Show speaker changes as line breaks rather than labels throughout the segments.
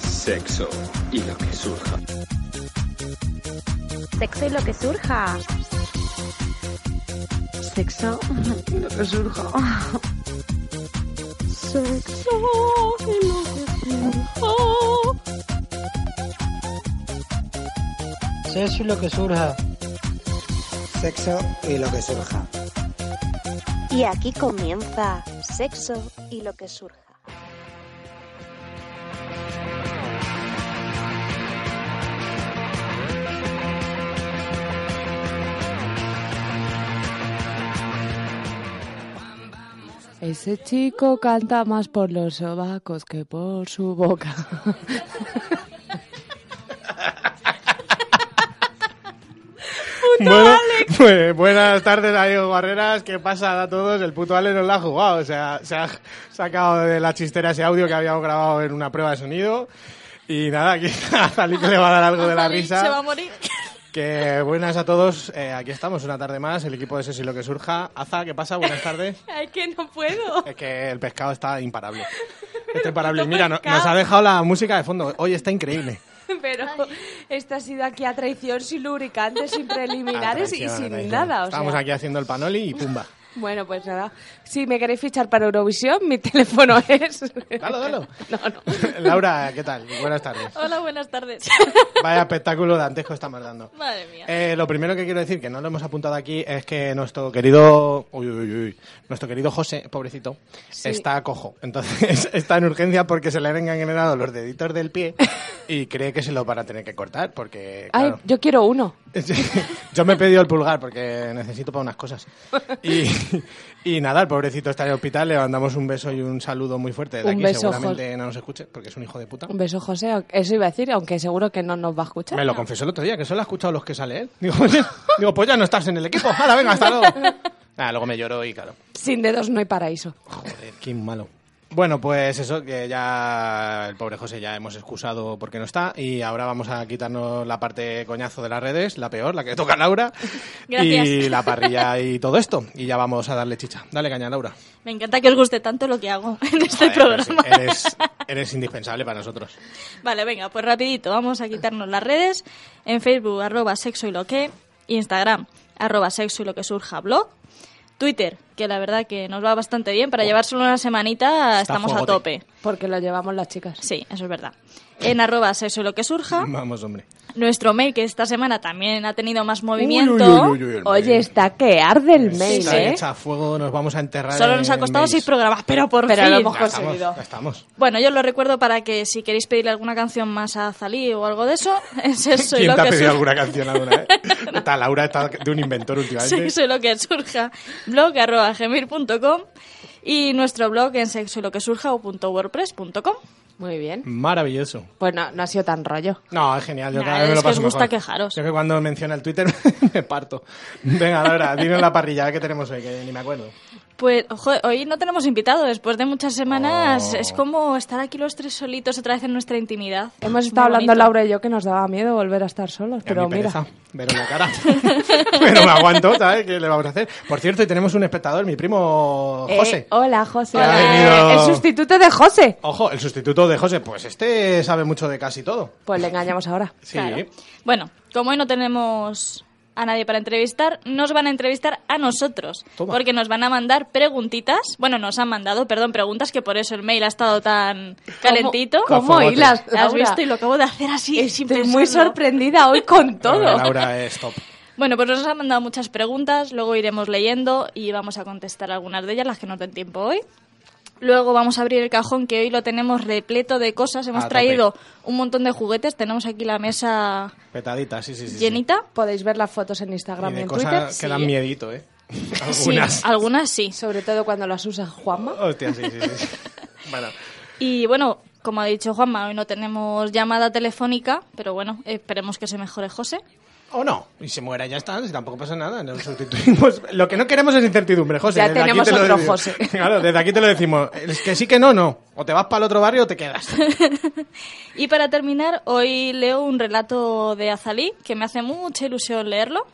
Sexo y lo que surja.
Sexo y lo que surja.
Sexo y lo que surja.
Sexo y lo que surja.
Sexo y lo que surja.
Sexo y lo que surja.
Y aquí comienza Sexo y lo que surja.
Ese chico canta más por los sobacos que por su boca.
puto bueno, Alex. Pues, buenas tardes, amigos Barreras. ¿Qué pasa a todos? El puto Alex nos la ha jugado. O sea, se ha sacado de la chistera ese audio que habíamos grabado en una prueba de sonido. Y nada, aquí a Alex le va a dar algo de la risa.
Se va a morir.
Que buenas a todos, eh, aquí estamos una tarde más, el equipo de Sesi lo que surja. Aza, ¿qué pasa? Buenas tardes.
es que no puedo.
Es que el pescado está imparable. Está imparable. Mira, no, nos ha dejado la música de fondo. Hoy está increíble.
Pero esta ha sido aquí a traición, sin lubricantes, sin preliminares traición, y sin traición. nada. O
Estamos
sea.
aquí haciendo el panoli y pumba.
Bueno, pues nada. Si me queréis fichar para Eurovisión, mi teléfono es.
Dalo, dalo.
No, no.
Laura, ¿qué tal? Buenas tardes.
Hola, buenas tardes.
Vaya espectáculo dantesco estamos dando.
Madre mía.
Eh, lo primero que quiero decir, que no lo hemos apuntado aquí, es que nuestro querido. Uy, uy, uy. Nuestro querido José, pobrecito, sí. está cojo. Entonces está en urgencia porque se le han enganado los deditos del pie y cree que se lo van a tener que cortar porque.
Ay,
claro,
yo quiero uno.
yo me he pedido el pulgar porque necesito para unas cosas. Y. y nada, el pobrecito está en el hospital, le mandamos un beso y un saludo muy fuerte desde
un
aquí,
beso,
seguramente
José.
no nos escuche, porque es un hijo de puta.
Un beso, José, eso iba a decir, aunque seguro que no nos va a escuchar.
Me lo confesó el otro día, que solo ha escuchado los que sale él. Digo, digo pues ya no estás en el equipo, ahora venga, hasta luego. Ah, luego me lloró y claro.
Sin dedos no hay paraíso.
Joder, qué malo. Bueno, pues eso, que ya el pobre José ya hemos excusado porque no está y ahora vamos a quitarnos la parte coñazo de las redes, la peor, la que toca Laura,
Gracias.
y la parrilla y todo esto. Y ya vamos a darle chicha. Dale caña, Laura.
Me encanta que os guste tanto lo que hago en este
Joder,
programa.
pero sí, eh. eres, eres indispensable para nosotros.
Vale, venga, pues rapidito, vamos a quitarnos las redes. En Facebook, arroba sexo y lo que, Instagram, arroba sexo y lo que surja, blog, Twitter, que la verdad que nos va bastante bien. Para llevar solo una semanita
Oh. Está
estamos
fogote.
a tope.
Porque lo llevamos las chicas.
Sí, eso es verdad. En arroba sexo y lo que surja.
Vamos, hombre.
Nuestro mail, que esta semana también ha tenido más movimiento.
Uy, uy, uy, uy, el
Oye,
mail.
está que arde el mail,
Está
¿eh?
hecha a fuego, nos vamos a enterrar.
Solo nos ha costado seis
problemas.
programas, pero por
Pero
fin.
lo hemos
Ya estamos,
conseguido.
ya estamos.
Bueno, yo lo recuerdo para que si queréis pedirle alguna canción más a Zalí o algo de eso, es eso y
¿Quién
lo
te ha
que
pedido
surja.
alguna canción alguna vez? Está Laura está de un inventor últimamente.
Sexo y lo que surja. Blog arroba gmail.com y nuestro blog en sexo y lo que surja o punto wordpress.com.
Muy bien.
Maravilloso.
Pues no, no ha sido tan rollo.
No, es genial. Yo
Nah,
cada vez me
es
lo
que os
paso
gusta
mejor.
quejaros.
Yo que cuando menciona el Twitter me parto. Venga, Laura, dinos la parrilla que tenemos hoy, que ni me acuerdo.
Pues, joder, hoy no tenemos invitado. Después de muchas semanas
Oh.
es como estar aquí los tres solitos otra vez en nuestra intimidad.
Hemos
Muy
estado hablando
bonito.
Laura y yo que nos daba miedo volver a estar solos,
Y a
pero
mí
mira.
pereza ver la cara. pero me aguanto, ¿sabes? ¿Qué le vamos a hacer? Por cierto, y tenemos un espectador, mi primo
Eh,
José.
oh.
hola, José.
Que ha
Eh,
venido.
El sustituto de José.
Ojo, el sustituto de José, pues este sabe mucho de casi todo.
Pues le engañamos ahora.
Sí.
Claro. Bueno, como hoy no tenemos a nadie para entrevistar, nos van a entrevistar a nosotros.
Toma.
Porque nos van a mandar preguntitas. Bueno, nos han mandado, perdón, preguntas que por eso el mail ha estado tan calentito.
Con
¿Cómo
fogote.
hilas?
Lo has
Laura?
visto y lo acabo de hacer así,
Estoy
sin pensarlo.
muy sorprendida hoy con
Pero
todo.
Laura es top.
Bueno, pues nos han mandado muchas preguntas, luego iremos leyendo y vamos a contestar algunas de ellas, las que nos den tiempo hoy. Luego vamos a abrir el cajón que hoy lo tenemos repleto de cosas. Hemos
A tope.
traído un montón de juguetes, tenemos aquí la mesa
Petadita, sí, sí, sí. sí.
llenita.
Podéis ver las fotos en
Y
Instagram y
de
en Twitter.
cosas que dan miedito, ¿eh?
Sí,
Algunas.
algunas sí.
Sobre todo cuando las usa Juanma.
Hostia, sí, sí, sí. bueno,
Y bueno, como ha dicho Juanma, hoy no tenemos llamada telefónica, pero bueno, esperemos que se mejore José.
O no, y se muera, ya está, si tampoco pasa nada, nos sustituimos. Lo que no queremos es incertidumbre, José.
Ya
desde aquí
tenemos
te lo
otro
digo.
José.
Claro, desde aquí te lo decimos. Es que sí que no, no. O te vas para el otro barrio o te quedas.
Y para terminar, hoy leo un relato de Azalí que me hace mucha ilusión leerlo.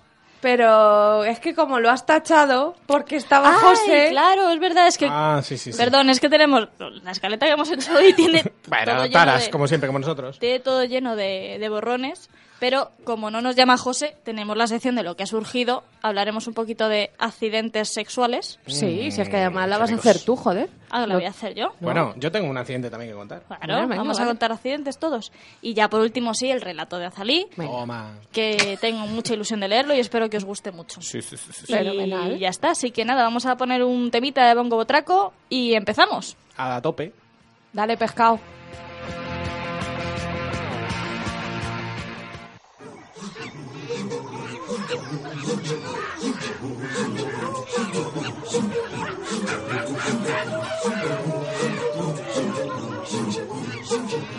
Pero es que como lo has tachado, porque estaba
Ah,
Ay,
José...
Claro, es verdad, es que.
Ah, sí, sí, sí.
Perdón, es que tenemos la escaleta que hemos hecho hoy tiene todo
Bueno,
lleno
taras,
de-
como siempre, como nosotros.
tiene todo lleno de, de borrones, pero como no nos llama José, tenemos la sección de lo que ha surgido. Hablaremos un poquito de accidentes sexuales.
Sí, si es
Mm,
que además la vas a hacer tú, joder.
Ah, la
Lo-
voy a hacer yo.
Bueno, yo tengo un accidente también que contar.
Claro,
Bueno, venga,
vamos a
vale.
contar accidentes todos. Y ya por último, sí, el relato de Azalí,
Venga.
Toma.
que tengo mucha ilusión de leerlo y espero que os guste mucho.
Sí, sí, sí, sí.
Fenomenal.
Y ya está, así que nada, vamos a poner un temita de Bongo Botraco y empezamos.
A la tope.
Dale, pescado.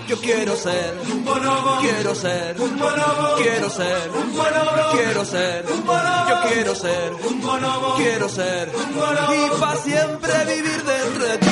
Yo quiero ser, quiero ser, quiero ser, quiero ser, yo quiero ser, quiero ser, y para siempre vivir dentro de ti.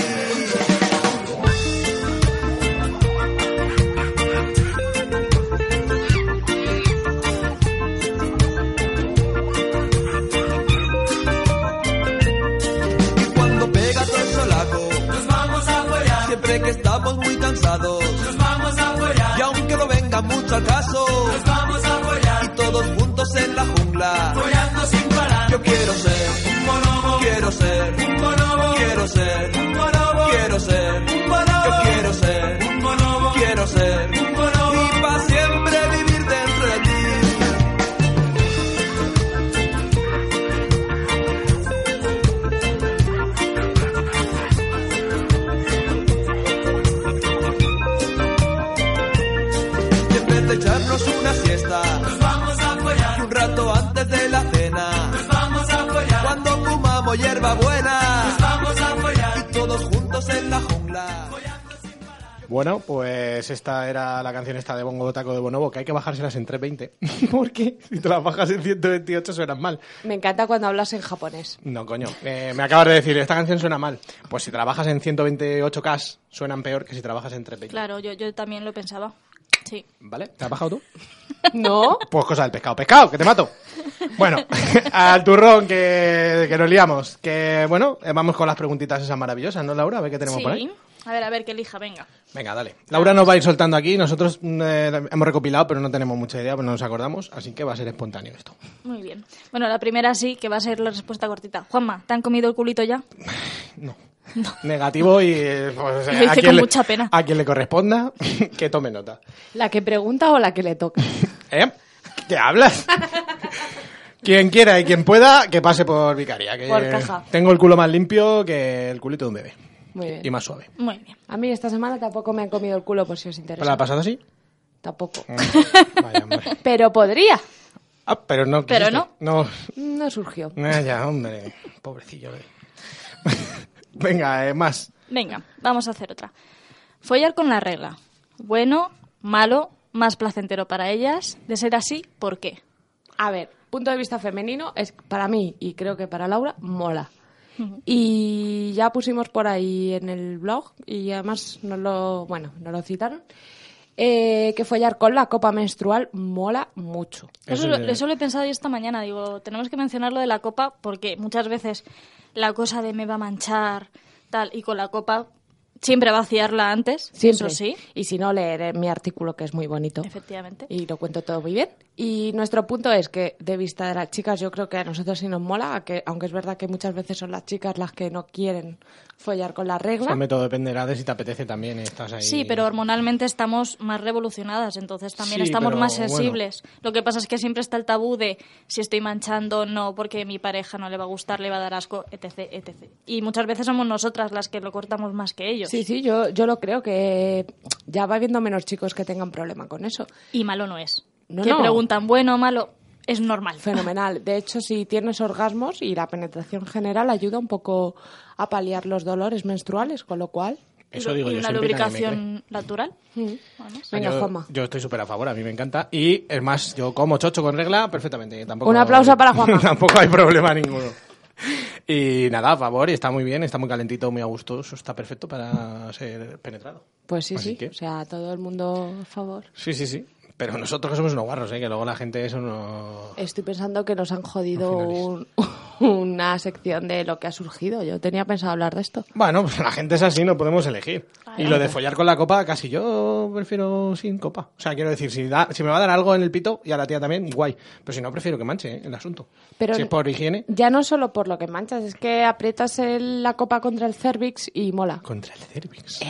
Y cuando pega todo el solaco, nos vamos a follar. Siempre que estamos muy cansados, nos vamos a follar. Y aunque no venga mucho al caso, nos vamos a follar. Y todos juntos en la jungla, follando sin parar. Yo quiero ser un bonobo, quiero ser un bonobo, quiero ser un bonobo, quiero ser un bonobo, yo quiero ser un bonobo, quiero ser un bonobo, y para siempre vivir dentro de ti. Y en vez de echarnos una siesta, nos vamos a follar. un rato antes de la cena, nos vamos a follar. Cuando fumamos hierbabuena, nos vamos a follar. Y todos juntos en la jungla.
Bueno, pues esta era la canción esta de Bongo Taco de Bonobo, que hay que bajárselas en 320. Porque si te las bajas en 128 suenan mal.
Me encanta cuando hablas en japonés.
No, coño. Eh, me acabas de decir, esta canción suena mal. Pues si trabajas en 128K, suenan peor que si trabajas en 320.
Claro, yo, yo también lo pensaba. Sí.
¿Vale? ¿Te has bajado tú?
¿No?
Pues cosa del pescado. ¡Pescado, que te mato! Bueno, al turrón que, que nos liamos. Que, bueno, eh, vamos con las preguntitas esas maravillosas, ¿no, Laura? A ver qué tenemos por ahí.
Sí. A ver, a ver, que elija, venga.
Venga, dale. Laura nos va a ir soltando aquí. Nosotros mm, eh, hemos recopilado, pero no tenemos mucha idea, pues no nos acordamos. Así que va a ser espontáneo esto.
Muy bien. Bueno, la primera sí, que va a ser la respuesta cortita. Juanma, ¿te han comido el culito ya?
Negativo y eh, pues,
Lo hice
a,
con
quien le,
mucha pena.
a quien le corresponda, que tome nota.
¿La que pregunta o la que le toca?
¿Eh? ¿Qué hablas? quien quiera y quien pueda, que pase por vicaría. Que
Por caja.
Tengo el culo más limpio que el culito de un bebé.
Muy
Y
bien.
más suave.
Muy bien.
A mí esta semana tampoco me han comido el culo, por si os
¿Pero la
interesa.
ha pasado así?
Tampoco.
Vaya, hombre.
Pero podría.
Ah, pero no.
Pero
quisiste.
no.
No.
No surgió.
Ah, ya, hombre. Pobrecillo. eh. Venga, eh, más.
Venga, vamos a hacer otra. Follar con la regla. Bueno, malo, más placentero para ellas. De ser así, ¿por qué?
A ver, punto de vista femenino es para mí y creo que para Laura mola. Y ya pusimos por ahí en el blog y además no lo, bueno, no lo citaron. eh, que follar con la copa menstrual mola mucho.
Eso,
Eso
lo,
ya-
eso lo he pensado yo esta mañana. Digo, tenemos que mencionar lo de la copa porque muchas veces la cosa de me va a manchar, tal, y con la copa siempre vaciarla antes.
Siempre.
Eso sí,
Y si no, leer eh, mi artículo que es muy bonito.
efectivamente.
Y lo cuento todo muy bien. Y nuestro punto es que, de vista de las chicas, yo creo que a nosotros sí nos mola, que, aunque es verdad que muchas veces son las chicas las que no quieren follar con la
O
regla.
sea, El método dependerá de si te apetece también. y Estás ahí.
Sí, pero hormonalmente estamos más revolucionadas, entonces también
Sí,
estamos
pero
más
bueno.
sensibles. Lo que pasa es que siempre está el tabú de si estoy manchando, no, porque mi pareja no le va a gustar, le va a dar asco, etc. etc. Y muchas veces somos nosotras las que lo cortamos más que ellos.
Sí, sí, yo, yo lo creo que ya va habiendo menos chicos que tengan problema con eso.
Y malo no es.
No,
que
no.
preguntan, bueno o malo, es normal.
Fenomenal. De hecho, si tienes orgasmos y la penetración general ayuda un poco a paliar los dolores menstruales, con lo cual
Eso
y,
digo
y
yo,
una
siempre ¿eh? que alguien me
lubricación natural. Vamos.
yo, Yo estoy súper a favor, a mí me encanta. Y es más, yo como chocho con regla perfectamente. Tampoco,
Un aplauso para Juanma.
tampoco hay problema ninguno. Y nada, a favor, y está muy bien, está muy calentito, muy a gusto. Eso está perfecto para ser penetrado.
Pues sí,
Así
sí.
que-
O sea, todo el mundo, a favor.
Sí, sí, sí. Pero nosotros que somos unos guarros, ¿eh? que luego la gente eso no...
Estoy pensando que nos han jodido un- una sección de lo que ha surgido. Yo tenía pensado hablar de esto.
Bueno, pues la gente es así, no podemos elegir. Y lo de follar con la copa, casi yo prefiero sin copa. O sea, quiero decir, si, da- si me va a dar algo en el pito y a la tía también, guay. Pero si no, prefiero que manche ¿eh? el asunto.
Pero
si es por higiene,
ya no solo por lo que manchas, es que aprietas el- la copa contra el cervix y mola.
contra el cervix.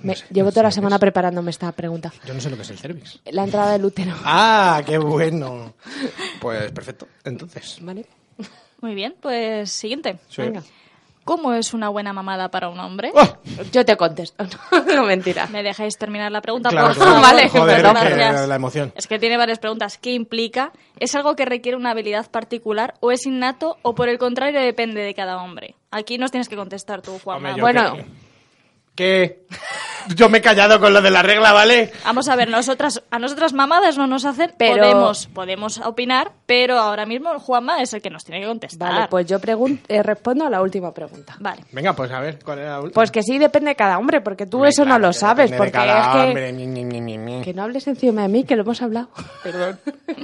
Me- llevo toda la semana preparándome esta pregunta.
Yo no sé lo que es el cervix.
La entrada del útero.
¡Ah, qué bueno! Pues perfecto. Entonces,
¿Vale?
Muy bien, pues siguiente.
sí.
Venga.
¿Cómo es una buena mamada para un hombre?
¡Oh!
Yo te contesto. No, mentira.
¿Me dejáis terminar la pregunta,
Claro,
por
claro.
favor?
Vale,
Joder,
perdón,
que
gracias.
la emoción.
Es que tiene varias preguntas. ¿Qué implica? ¿Es algo que requiere una habilidad particular o es innato o por el contrario depende de cada hombre? Aquí nos tienes que contestar tú, Juanma.
Hombre, yo
Bueno.
que- ¿Qué? Yo me he callado con lo de la regla, ¿vale?
Vamos a ver, nosotras, a nosotras mamadas no nos hacen,
Pero-
podemos, podemos opinar, pero ahora mismo Juanma es el que nos tiene que contestar.
Vale, pues yo pregun- eh, respondo a la última pregunta.
Vale.
Venga, pues a ver, ¿cuál era la última?
Pues que sí, depende de cada hombre, porque tú
Hombre,
eso
claro,
no lo
que
sabes,
depende de
porque
cada
es que...
hombre, mi, mi, mi, mi, mi.
Que no hables encima de mí, que lo hemos hablado. Perdón.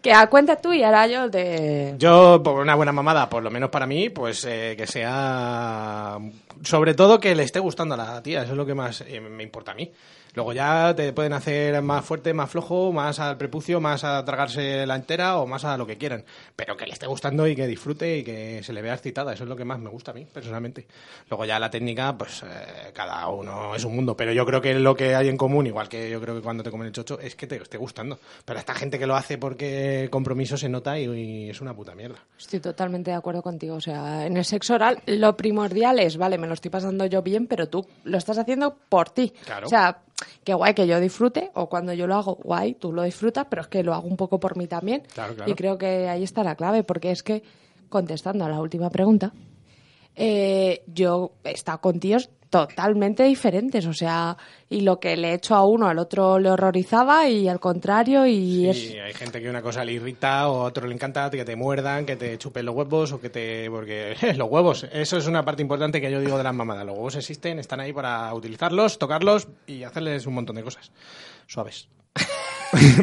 que a cuenta tú y ahora yo de...
Yo, por una buena mamada, por lo menos para mí, pues eh, que sea. Sobre todo que le esté gustando a la tía, eso es lo que más eh, me importa a mí. Luego ya te pueden hacer más fuerte, más flojo, más al prepucio, más a tragarse la entera o más a lo que quieran. Pero que le esté gustando y que disfrute y que se le vea excitada, eso es lo que más me gusta a mí, personalmente. Luego ya la técnica, pues eh, cada uno es un mundo, pero yo creo que lo que hay en común, igual que yo creo que cuando te comen el chocho, es que te esté gustando. Pero esta gente que lo hace porque compromiso se nota y, y es una puta mierda.
Estoy totalmente de acuerdo contigo. O sea, en el sexo oral lo primordial es, vale, me lo estoy pasando yo bien, pero tú lo estás haciendo por ti.
Claro.
O sea, que guay que yo disfrute, o cuando yo lo hago, guay, tú lo disfrutas, pero es que lo hago un poco por mí también.
Claro, claro.
Y creo que ahí está la clave, porque es que, contestando a la última pregunta, eh, yo he estado con tíos totalmente diferentes, o sea, y lo que le he hecho a uno al otro le horrorizaba y al contrario, y es...
Y hay gente que una cosa le irrita o a otro le encanta que te muerdan, que te chupen los huevos o que te... Porque los huevos, eso es una parte importante que yo digo de las mamadas. Los huevos existen, están ahí para utilizarlos, tocarlos y hacerles un montón de cosas. Suaves.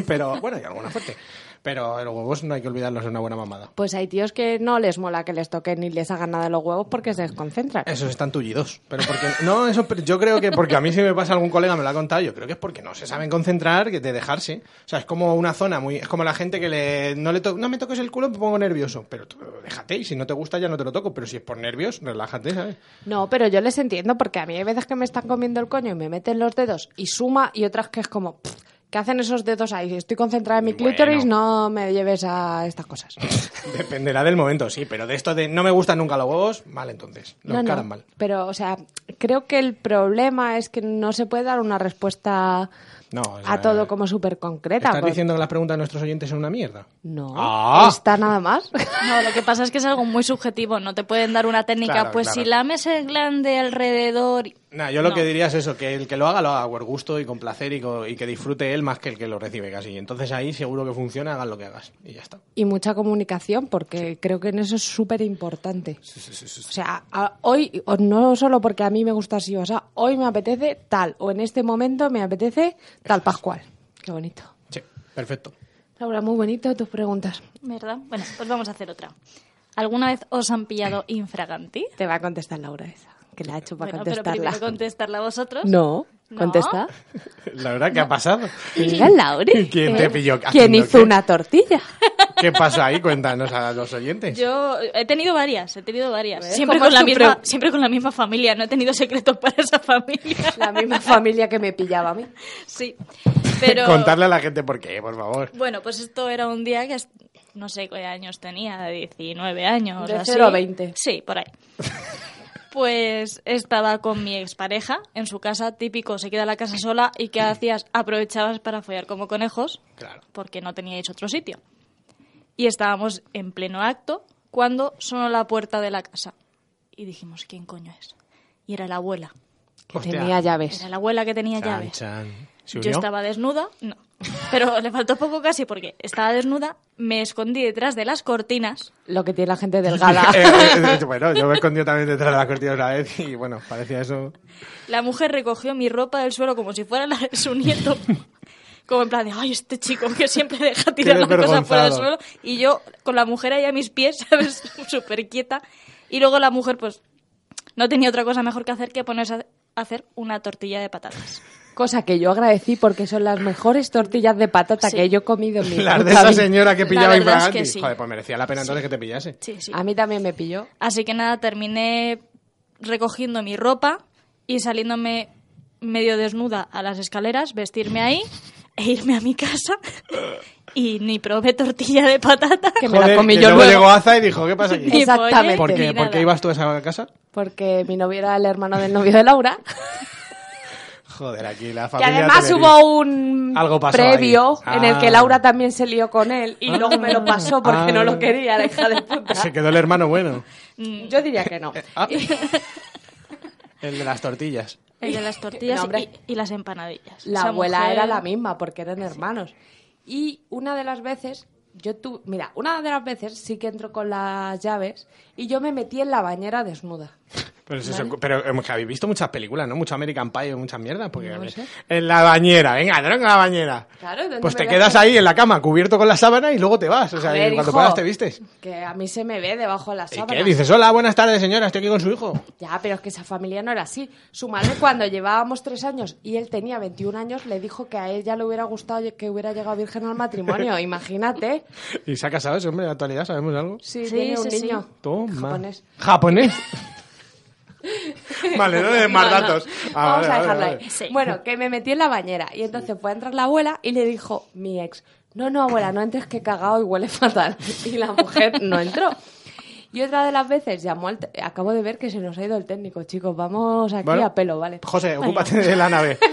Pero bueno, hay alguna fuerte. Pero los huevos no hay que olvidarlos de una buena mamada.
Pues hay tíos que no les mola que les toquen ni les hagan nada de los huevos porque se desconcentran.
Esos están tullidos. Pero porque. No, eso. pero Yo creo que. Porque a mí, si me pasa algún colega, me lo ha contado. Yo creo que es porque no se saben concentrar que de dejarse. O sea, es como una zona muy. Es como la gente que le. No, le to- no me toques el culo, me pongo nervioso. Pero tú, déjate. Y si no te gusta, ya no te lo toco. Pero si es por nervios, relájate, ¿sabes?
No, pero yo les entiendo porque a mí hay veces que me están comiendo el coño y me meten los dedos y suma y otras que es como, pff, ¿qué hacen esos dedos ahí? Estoy concentrada en mi
Bueno.
clítoris, no me lleves a estas cosas.
Dependerá del momento, sí. Pero de esto de no me gustan nunca los huevos, mal entonces. Lo
no,
encaran
no.
mal.
Pero, o sea, creo que el problema es que no se puede dar una respuesta
No, o sea,
a todo como súper concreta.
¿Estás diciendo que las preguntas de nuestros oyentes son una mierda?
No,
¡Ah!
está nada más.
No, lo que pasa es que es algo muy subjetivo, no te pueden dar una técnica,
Claro,
pues
claro.
si lames el glande alrededor... y-
Nah, yo lo
No.
que diría es eso, que el que lo haga, lo haga por gusto y con placer y, co- y que disfrute él más que el que lo recibe casi. Entonces ahí seguro que funciona, hagas lo que hagas. Y ya está.
y mucha comunicación, porque creo que en eso es súper importante. O sea, a- hoy, o no solo porque a mí me gusta así, o sea, hoy me apetece tal, o en este momento me apetece tal Pascual. Qué bonito.
Sí, perfecto.
Laura, muy bonito tus preguntas.
¿Verdad? Bueno, pues vamos a hacer otra. ¿Alguna vez os han pillado infraganti?
Te va a contestar Laura esa, que la ha hecho para
Bueno, pero
contestarla.
primero contestarla vosotros.
No,
No.
contesta.
La verdad, ¿qué ha pasado?
Mira, Laura. ¿Eh?
¿Quién te pilló
¿Quién
haciendo
hizo
qué?
una tortilla?
¿Qué pasa ahí? Cuéntanos a los oyentes.
Yo he tenido varias, he tenido varias.
¿Ves?
Siempre
¿Cómo
con,
es
la
tu
misma,
pro-
siempre con la misma familia, no he tenido secretos para esa familia.
La misma familia que me pillaba a mí.
Sí, pero...
Contarle a la gente por qué, por favor.
Bueno, pues esto era un día que es- no sé qué años tenía, 19 años.
De
o así.
cero a 20.
Sí, por ahí. Pues estaba con mi expareja en su casa, típico, se queda la casa sola y ¿qué hacías? Aprovechabas para follar como conejos
Claro.
porque no teníais otro sitio. Y estábamos en pleno acto cuando sonó la puerta de la casa. Y dijimos, ¿quién coño es? Y era la abuela. Que
Hostia.
tenía llaves.
Era la abuela que tenía
Chan,
llaves.
chan. ¿Se
Yo
unió?
estaba desnuda, no. Pero le faltó poco casi porque estaba desnuda, me escondí detrás de las cortinas.
Lo que tiene la gente delgada.
Eh, eh, eh, bueno, yo me escondí también detrás de la cortina una vez y bueno, parecía eso.
La mujer recogió mi ropa del suelo como si fuera la de su nieto. Como en plan de, ay, este chico que siempre deja tirar las cosas fuera del
desvergonzado".
suelo. Y yo con la mujer ahí a mis pies, ¿sabes? Súper quieta. Y luego la mujer, pues, no tenía otra cosa mejor que hacer que ponerse a hacer una tortilla de patatas.
Cosa que yo agradecí porque son las mejores tortillas de patata
Sí.
que yo he comido en mi
Las de
puta
esa
vida.
señora que
La
pillaba
verdad es que
infraganti.
sí.
Joder, pues merecía la pena entonces que te pillase.
Sí, sí.
A mí también me pilló.
Así que nada, terminé recogiendo mi ropa y saliéndome medio desnuda a las escaleras, vestirme ahí e irme a mi casa. Y ni probé tortilla de patata.
Que me la
Joder,
comí
que
yo
luego
luego.
llegó Aza y dijo, ¿qué pasa aquí?
Ni
Exactamente.
pollo,
¿Por
ni
qué? ¿Por
nada.
qué ibas tú a esa casa?
Porque mi novio era el hermano del novio de Laura.
Joder, aquí la
Que
familia...
además
Telerín.
hubo un
Algo pasó
previo
ahí.
en el que
Ah.
Laura también se lió con él y luego me lo pasó porque
Ah.
no lo quería, la hija de puta. Mm,
Se quedó el hermano bueno,
Yo diría que no.
Ah. el de las tortillas.
El de las tortillas
No, hombre.
y, y las empanadillas.
La
Esa
abuela
mujer-
era la misma porque eran hermanos. Y una de las veces, yo tu mira, una de las veces sí que entró con las llaves y yo me metí en la bañera desnuda.
Pero, si se ocu- pero, eh, que habéis visto muchas películas, ¿no? Mucho American Pie, muchas mierdas. Porque
No lo sé.
En la bañera, venga, entra en la bañera.
Claro, ¿dónde
pues
me
te
voy a
quedas
hacer?
ahí en la cama, cubierto con la sábana y luego te vas. O sea,
A ver,
y cuando
hijo,
puedas te vistes.
Que a mí se me ve debajo de la
¿Y
sábana.
qué? Dices, hola, buenas tardes, señora, estoy aquí con su hijo.
Ya, pero es que esa familia no era así. Su madre, cuando llevábamos tres años y él tenía 21 años, le dijo que a ella le hubiera gustado que hubiera llegado virgen al matrimonio. Imagínate.
Y se ha casado ese hombre en la actualidad, ¿sabemos algo?
Sí,
Sí,
tiene un
sí, sí.
niño.
Toma.
Japonés.
¿Japonés? vale, no le den más
No, no.
datos.
Vamos
Ah, vale,
a
vale,
dejarlo
vale.
ahí.
Sí.
Bueno, que me metí en la bañera y entonces fue a entrar la abuela y le dijo mi ex, no, no, abuela, no entres que he cagado y huele fatal. Y la mujer no entró. Y otra de las veces llamó al... te- Acabo de ver que se nos ha ido el técnico, chicos. Vamos aquí
Bueno.
a pelo, ¿vale?
José, ocúpate de la nave.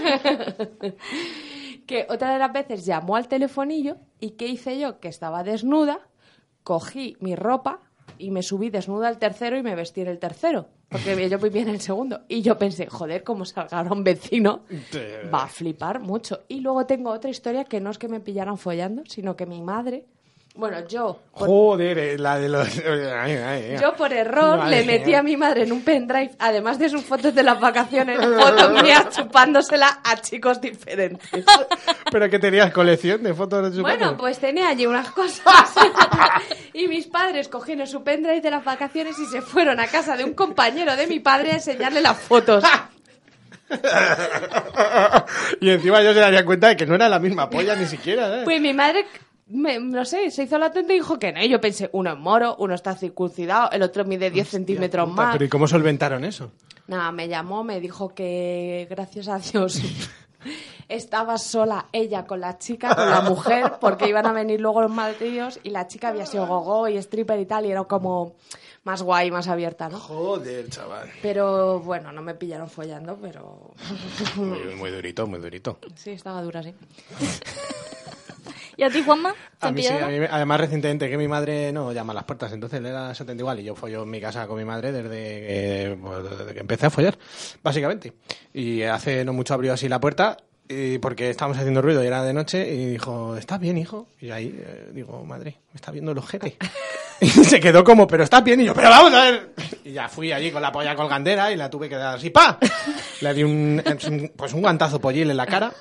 Que otra de las veces llamó al telefonillo y ¿qué hice yo? Que estaba desnuda, cogí mi ropa y me subí desnuda al tercero y me vestí en el tercero. Porque yo vivía en el segundo. Y yo pensé, joder, como salga ahora un vecino, va a flipar mucho. Y luego tengo otra historia que no es que me pillaran follando, sino que mi madre... Bueno, yo... por-
Joder, eh, la de los... Ay, ay, ay.
yo por error
Madre
le metí
mía.
a mi madre en un pendrive, además de sus fotos de las vacaciones, fotos mías chupándosela a chicos diferentes.
Pero que tenías colección de fotos de su
Bueno,
padre.
pues tenía allí unas cosas. y mis padres cogieron su pendrive de las vacaciones y se fueron a casa de un compañero de mi padre a enseñarle las fotos.
y encima yo se daría cuenta de que no era la misma polla ni siquiera, ¿eh?
Pues mi madre, me- no sé, se hizo la tonta y dijo que no. Y yo pensé, uno es moro, uno está circuncidado, el otro mide 10 centímetros
Puta,
más.
Pero ¿y cómo solventaron eso?
Nada, me llamó, me dijo que gracias a Dios estaba sola ella con la chica, con la mujer, porque iban a venir luego los maltríos y la chica había sido gogo y stripper y tal y era como más guay, más abierta, ¿no?
Joder, chaval.
Pero bueno, no me pillaron follando, pero
Muy, muy durito, muy durito.
sí, estaba dura, sí.
¿Y a ti, Juanma? ¿Te
A
han
mí sí,
pillado?
a mí me- además recientemente que mi madre no llama a las puertas, entonces le da exactamente igual. Y yo follo en mi casa con mi madre desde, eh, pues, desde que empecé a follar, básicamente. Y hace no mucho abrió así la puerta y porque estábamos haciendo ruido y era de noche y dijo, ¿estás bien, hijo? Y ahí eh, digo, madre, me está viendo el ojete. y se quedó como, pero estás bien. Y yo, pero vamos a ver. Y ya fui allí con la polla colgandera y la tuve que dar así, ¡pa! Le di un, un- pues un guantazo pollil en la cara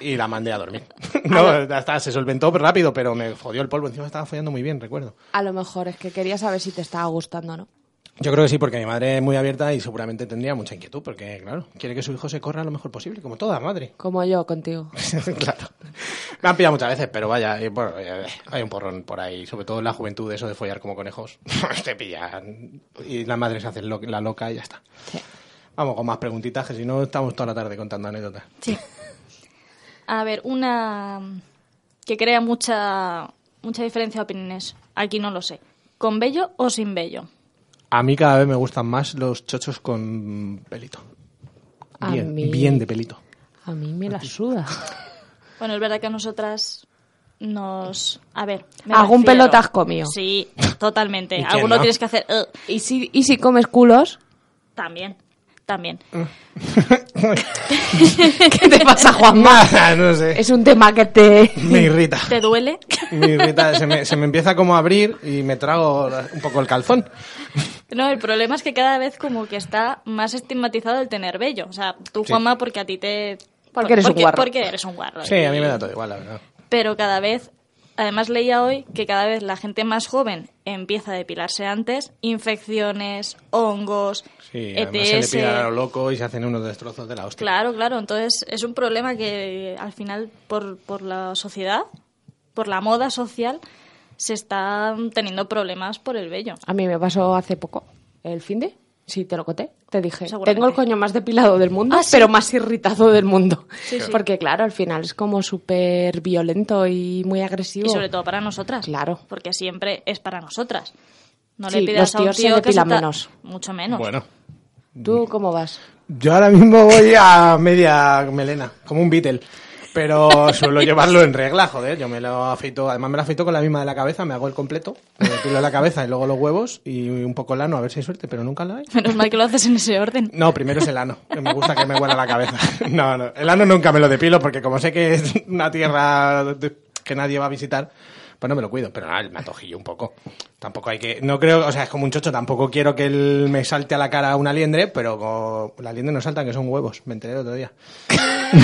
y la mandé a dormir. no, hasta se solventó rápido, pero me jodió el polvo. Encima estaba follando muy bien, recuerdo.
A lo mejor es que quería saber si te estaba gustando o no.
Yo creo que sí, porque mi madre es muy abierta y seguramente tendría mucha inquietud, porque, claro, quiere que su hijo se corra lo mejor posible, como toda madre.
Como yo contigo.
claro. Me han pillado muchas veces, pero vaya, eh, bueno, eh, hay un porrón por ahí, sobre todo en la juventud, eso de follar como conejos. Te pillan. Y las madres se hacen lo- la loca y ya está. Vamos con más preguntitas, que si no estamos toda la tarde contando anécdotas.
Sí. A ver, una que crea mucha, mucha diferencia de opiniones. Aquí no lo sé. ¿Con vello o sin vello?
A mí cada vez me gustan más los chochos con pelito.
A
Bien,
mí-
bien de pelito.
A mí me la suda.
Bueno, es verdad que a nosotras nos... A ver. me
Algún
refiero-
pelo te has comido.
Sí, totalmente.
¿Y quién
Alguno
no?
tienes que hacer... "Ugh",
Y si, y si comes culos,
también. también.
¿Qué te pasa, Juanma?
Nada, Ah, no sé.
Es un tema que te...
Me irrita.
¿Te duele?
Me irrita. Se me, se me empieza como a abrir y me trago un poco el calzón.
No, el problema es que cada vez como que está más estigmatizado el tener vello. O sea, tú,
Sí.
Juanma, porque a ti te...
Porque eres un guarro.
Porque eres un guarro.
Sí, a mí me da todo igual, la verdad.
pero cada vez, además leía hoy que cada vez la gente más joven empieza a depilarse antes, infecciones, hongos,
Sí, además se le
ETS.
pide a lo loco y se hacen unos destrozos de la hostia.
E Claro, claro, entonces es un problema que al final por, por la sociedad, por la moda social, se están teniendo problemas por el vello.
A mí me pasó hace poco, el fin de, sí, te lo conté, te dije,
Seguramente.
tengo el coño más depilado del mundo,
Ah, sí.
pero más irritado del mundo.
Sí, sí.
Porque claro, al final es como súper violento y muy agresivo.
Y sobre todo para nosotras.
Claro.
Porque siempre es para nosotras. No
Sí,
le pidas
los
a un
tíos se
tío que
depilan
ta-
menos.
Mucho menos.
Bueno,
¿Tú cómo vas?
yo ahora mismo voy a media melena, como un Beatle. Pero suelo llevarlo en regla, joder. Yo me lo afeito, además me lo afeito con la misma de la cabeza, me hago el completo, me depilo la cabeza y luego los huevos y un poco el ano, a ver si hay suerte, pero nunca la hay.
Menos mal que lo haces en ese orden.
No, primero es el ano, que me gusta que me huela la cabeza. No, no, el ano nunca me lo depilo porque como sé que es una tierra de- que nadie va a visitar, pues no me lo cuido, pero ah, me atojillo un poco. Tampoco hay que, no creo, o sea, es como un chocho, tampoco quiero que él me salte a la cara una liendre, pero como la liendre no saltan, que son huevos, me enteré el otro día.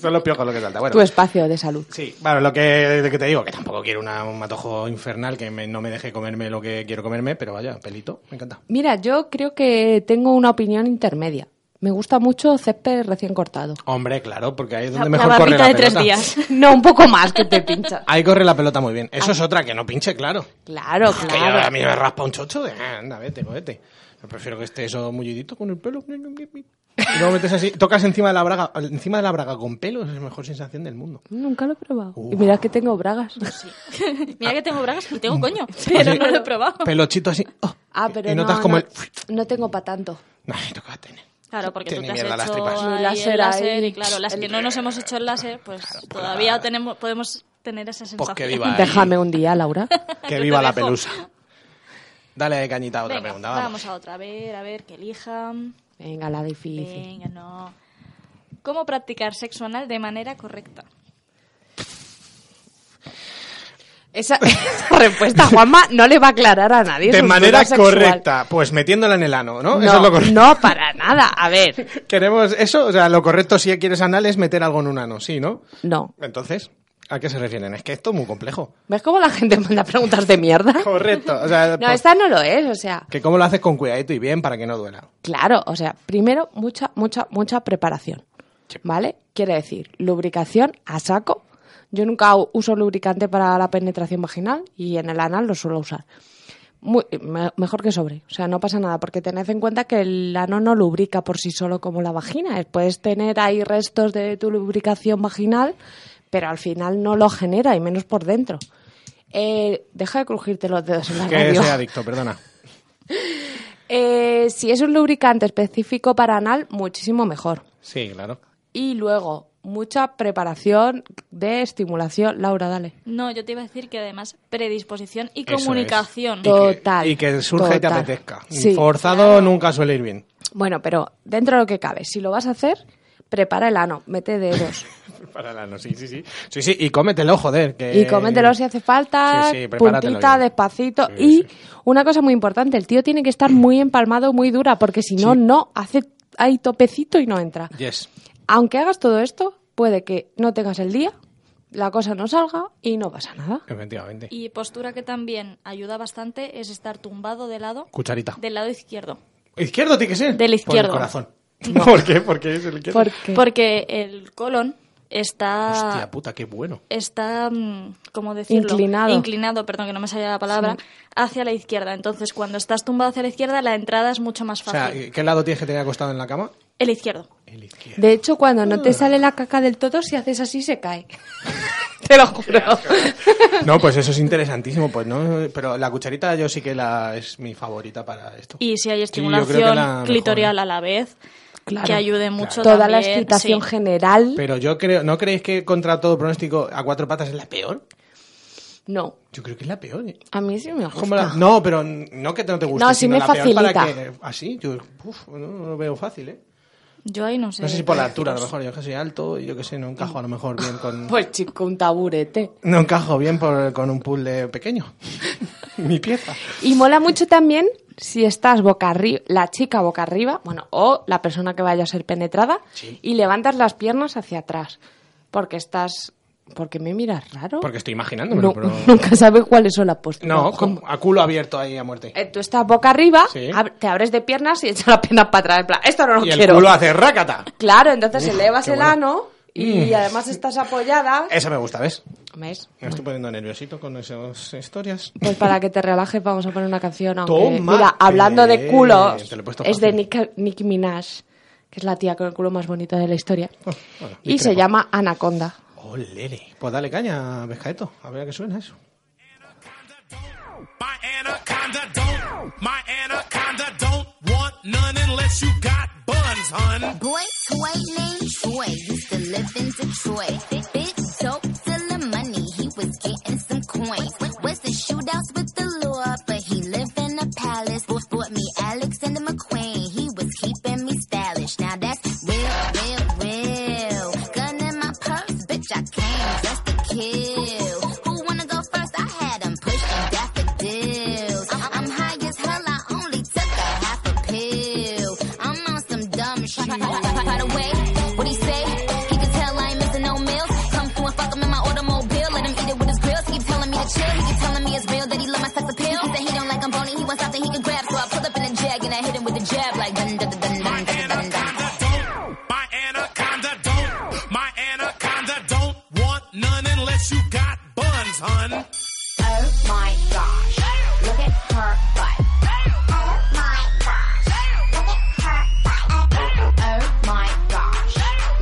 son los piojos lo que salta, bueno.
Tu espacio de salud.
Sí, bueno, lo que, lo que te digo, que tampoco quiero una- un matojo infernal que me- no me deje comerme lo que quiero comerme, pero vaya, pelito, me encanta.
Mira, yo creo que tengo una opinión intermedia. Me gusta mucho césped recién cortado.
Hombre, claro, porque ahí es
La,
donde
la
mejor corre
barbita
la
de
pelota.
tres días. Ah.
No, un poco más que te pincha.
Ahí corre la pelota muy bien. Eso es otra, que no pinche, claro.
Claro,
Que yo a
claro.
mí me raspa un chocho de "Ah, anda, vete, cogete. Yo prefiero que esté eso mullidito con el pelo. Y luego metes así, tocas encima de la braga, encima de la braga con pelos, es la mejor sensación del mundo.
Nunca lo he probado.
Uh.
Y mira que tengo bragas.
Mira que tengo bragas y tengo coño, pero no lo he probado.
Pelochito así. oh,
Ah, pero
y
no,
notas como
no,
el.
no tengo para tanto.
No, toca tener.
Claro, porque tú
Tiene
te has
mierda las
hecho
tripas.
ahí el
Láser
láser,
ahí.
y claro, las que no nos hemos hecho el láser, pues todavía tenemos, podemos tener esa sensación.
Pues que viva. ahí.
Déjame un día, Laura.
Que
Yo
viva
te
la
dejo.
pelusa. Dale cañita a otra
Venga,
pregunta,
vamos.
vamos.
a otra, a ver, a ver, que elijan.
Venga, la difícil.
Venga, no. ¿Cómo practicar sexo anal de manera correcta?
Esa, esa respuesta, Juanma, no le va a aclarar a nadie.
De
sus
manera
dudas sexual.
correcta, pues metiéndola en el ano, ¿no?
No,
Eso es lo correcto.
no, para nada. A ver,
Queremos eso, o sea, lo correcto si quieres anal es meter algo en un ano, sí, ¿no?
no.
Entonces, ¿a qué se refieren? Es que esto es muy complejo.
¿Ves cómo la gente manda preguntas de mierda?
Correcto. O sea,
No,
por-
esta no lo es, o sea,
que cómo lo haces con cuidadito y bien para que no duela.
claro, o sea, primero mucha, mucha, mucha preparación, ¿vale? Quiere decir, lubricación a saco. Yo nunca u- uso lubricante para la penetración vaginal y en el anal lo suelo usar. Muy- me- mejor que sobre, o sea, no pasa nada, porque tened en cuenta que el ano no lubrica por sí solo como la vagina. Eh, Puedes tener ahí restos de tu lubricación vaginal, pero al final no lo genera, y menos por dentro. Eh, deja de crujirte los dedos en la
Que
radio.
soy adicto, perdona.
Eh, si es un lubricante específico para anal, muchísimo mejor.
Sí, claro.
Y luego, mucha preparación de estimulación. Laura, dale.
No, yo te iba a decir que además predisposición y
Eso es.
comunicación.
To- Total,
Y que, y que surja y te
total.
apetezca.
Sí.
Forzado nunca suele ir bien.
Bueno, pero dentro de lo que cabe, si lo vas a hacer, prepara el ano, mete dedos.
Para el ano, sí, sí, sí. Sí, sí, y cómetelo, joder. Que...
Y cómetelo si hace falta,
Eh, Sí, sí, prepáratelo
puntita,
bien.
despacito.
Sí,
y
sí.
una cosa muy importante, el tío tiene que estar muy empalmado, muy dura, porque si no, no hace, hay topecito y no entra.
Yes.
Aunque hagas todo esto, puede que no tengas el día, la cosa no salga y no pasa nada.
Efectivamente.
Y postura que también ayuda bastante es estar tumbado de lado,
Cucharita.
del lado izquierdo.
Izquierdo tiene que ser.
Del izquierdo.
Por el corazón. ¿Por qué? Porque es el izquierdo.
Porque
Porque el colon está...
Hostia puta, qué bueno.
está, mm, ¿cómo decirlo?
Inclinado.
Inclinado, perdón, que no me salía la palabra, hacia la izquierda. Entonces, cuando estás tumbado hacia la izquierda, la entrada es mucho más
O sea, eh,
fácil.
¿qué lado tienes que tener acostado en la cama?
El izquierdo.
El izquierdo.
De hecho, cuando no
Ah.
te sale la caca del todo, si haces así se cae. Te lo juro.
No, pues eso es interesantísimo, pues no, pero la cucharita yo sí que la es mi favorita para esto.
Y si hay
Sí, yo creo que
estimulación
la
clitorial
mejor.
a la vez,
Claro.
que ayude mucho
Toda la
también,
excitación
sí.
general.
Pero yo creo, ¿no creéis que contra todo pronóstico a cuatro patas es la peor?
No.
Yo creo que es la peor. ¿eh?
A mí sí me gusta.
Como la- no, pero no que no te guste.
No, sí
sino
me
la peor
facilita.
Para que, así, yo uf, no, no lo veo fácil, ¿eh?
Yo ahí no sé.
No sé si por la altura, a lo mejor. Yo que soy alto y yo que sé, no encajo a lo mejor bien con.
Pues chico, un taburete.
No encajo bien por- con un puzzle pequeño. Mi pieza.
Y mola mucho también si estás boca arriba, la chica boca arriba, bueno, o la persona que vaya a ser penetrada, y levantas las piernas hacia atrás. Porque estás. Porque me miras raro.
Porque estoy imaginándome,
No,
pero.
Nunca sabes cuáles son las posturas.
No, con- a culo abierto ahí a muerte.
Eh, tú estás boca arriba,
Sí.
ab- te abres de piernas y echas las piernas para atrás. en plan, esto no lo
y el
quiero.
culo hace rácata.
Claro, entonces elevas
qué
el
bueno.
ano y
Mm. Eh.
además estás apoyada.
Esa me gusta, ¿ves?
¿Ves?
Me estoy poniendo nerviosito con esas historias.
Pues para que te relajes vamos a poner una canción. Aunque,
Tómate.
mira, hablando de culo,
eh, Te lo he puesto
es de
fácil.
Nick- Nicki Minaj, que es la tía con el culo más bonito de la historia.
Oh, Bueno,
y se
discrepo.
llama Anaconda.
Olele. Pues dale caña, Pescaeto. A ver a qué suena eso.
My anaconda don't, my anaconda don't want none unless you got buns, hun.
Boy, toy named Troy used to live in Detroit. Bitch, soap stealing money, he was getting some coins. Was the shootouts with the law, but he lived in a palace. Both bought me Alexander McQueen, he was keeping me stylish. Now that's real, real, real. Gun in my purse, bitch, I came just to kill. Who wanna go first? I had him pushing daffodils. I'm, I'm high as hell, I only took a half a pill. I'm on some dumb shit. By the way, what he say? He can tell I ain't missing no meals. Come through and fuck him in my automobile. Let him eat it with his grills. He keep telling me to chill. He keep telling me it's real that he love my sex appeal. He said he don't like I'm bony. He wants something he can grab. So I pull up in a jag and I hit him with a jab like dun dun dun dun dun dun dun dun.
My anaconda don't, my anaconda don't want none unless you got buns, hun.
Oh my gosh. Look at her butt. Oh my gosh. Look at her butt. Oh my gosh.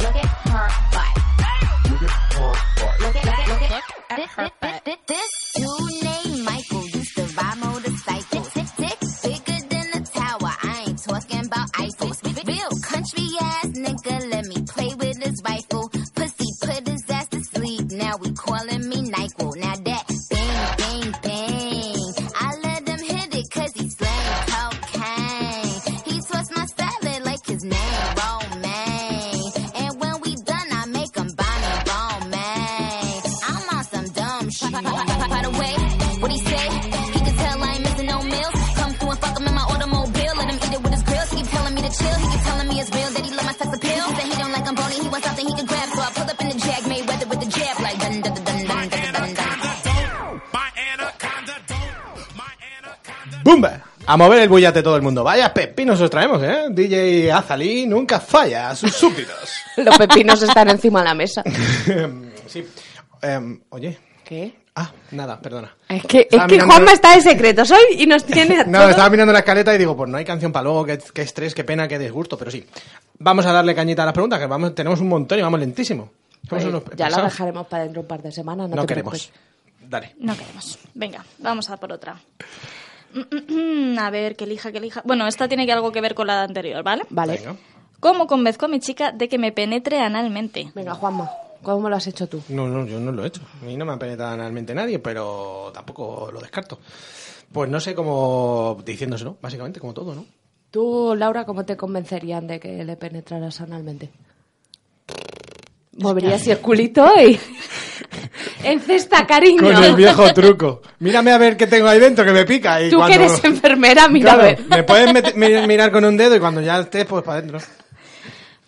Look at her butt. Look at look at look at her butt. This dude named Michael used to ride motorcycles. Dick, dick bigger than a tower. I ain't talking about Eiffels. Real country ass nigga, let me play with his rifle. Pussy put his ass to sleep. Now we calling me Nyquil. Now that bang bang bang, I let him hit it 'cause he slang cocaine. He twist my salad like his name Romaine. And when we done, I make him buy me Romaine. I'm on some dumb shit. By the way, what he say? He can tell I ain't missing no meals. Come through and fuck him in my automobile. Let him eat it with his grills. He keep telling me to chill. He keep telling me it's real that he love my sex appeal. He said he don't like I'm bony. He wants something he can grab. So I pull up in the Jag Mayweather with the jab like dun dun dun dun dun dun dun dun.
¡Bumba! A mover el bullate todo el mundo. Vaya pepinos os traemos, ¿eh? DJ Azalí nunca falla a sus súbditos.
Los pepinos están encima de la mesa.
sí. Em, oye.
¿Qué?
Ah, nada, perdona.
Es que, es
Estaba
que
mirando-
Juanma está de secretos hoy y nos tiene a
No,
todos-
estaba mirando la escaleta y digo, pues no hay canción para luego, qué, qué estrés, qué pena, qué desgusto, pero sí. Vamos a darle cañita a las preguntas, que vamos, tenemos un montón y vamos lentísimo. Somos
Oye,
unos
Pues ya la
pesados.
dejaremos para dentro un par de semanas. No,
No
te
queremos.
preocupes.
Dale.
No queremos. Venga, vamos a por otra. Mm, A ver, que elija, que elija. Bueno, esta tiene que algo que ver con la anterior, ¿vale?
Vale.
¿Cómo convenzco a mi chica de que me penetre analmente?
Venga, Juanma, ¿cómo lo has hecho tú?
No, no, yo no lo he hecho. A mí no me ha penetrado realmente nadie, pero tampoco lo descarto. Pues no sé cómo diciéndoselo, básicamente, como todo, ¿no?
Tú, Laura, ¿cómo te convencerían de que le penetraras analmente? Moverías el culito y... En cesta, cariño.
Con el viejo truco. Mírame a ver qué tengo ahí dentro que me pica. Y
Tú que
cuando-
eres enfermera, mira
Claro,
a ver.
me puedes met- mi- mirar con un dedo y cuando ya estés, pues para adentro.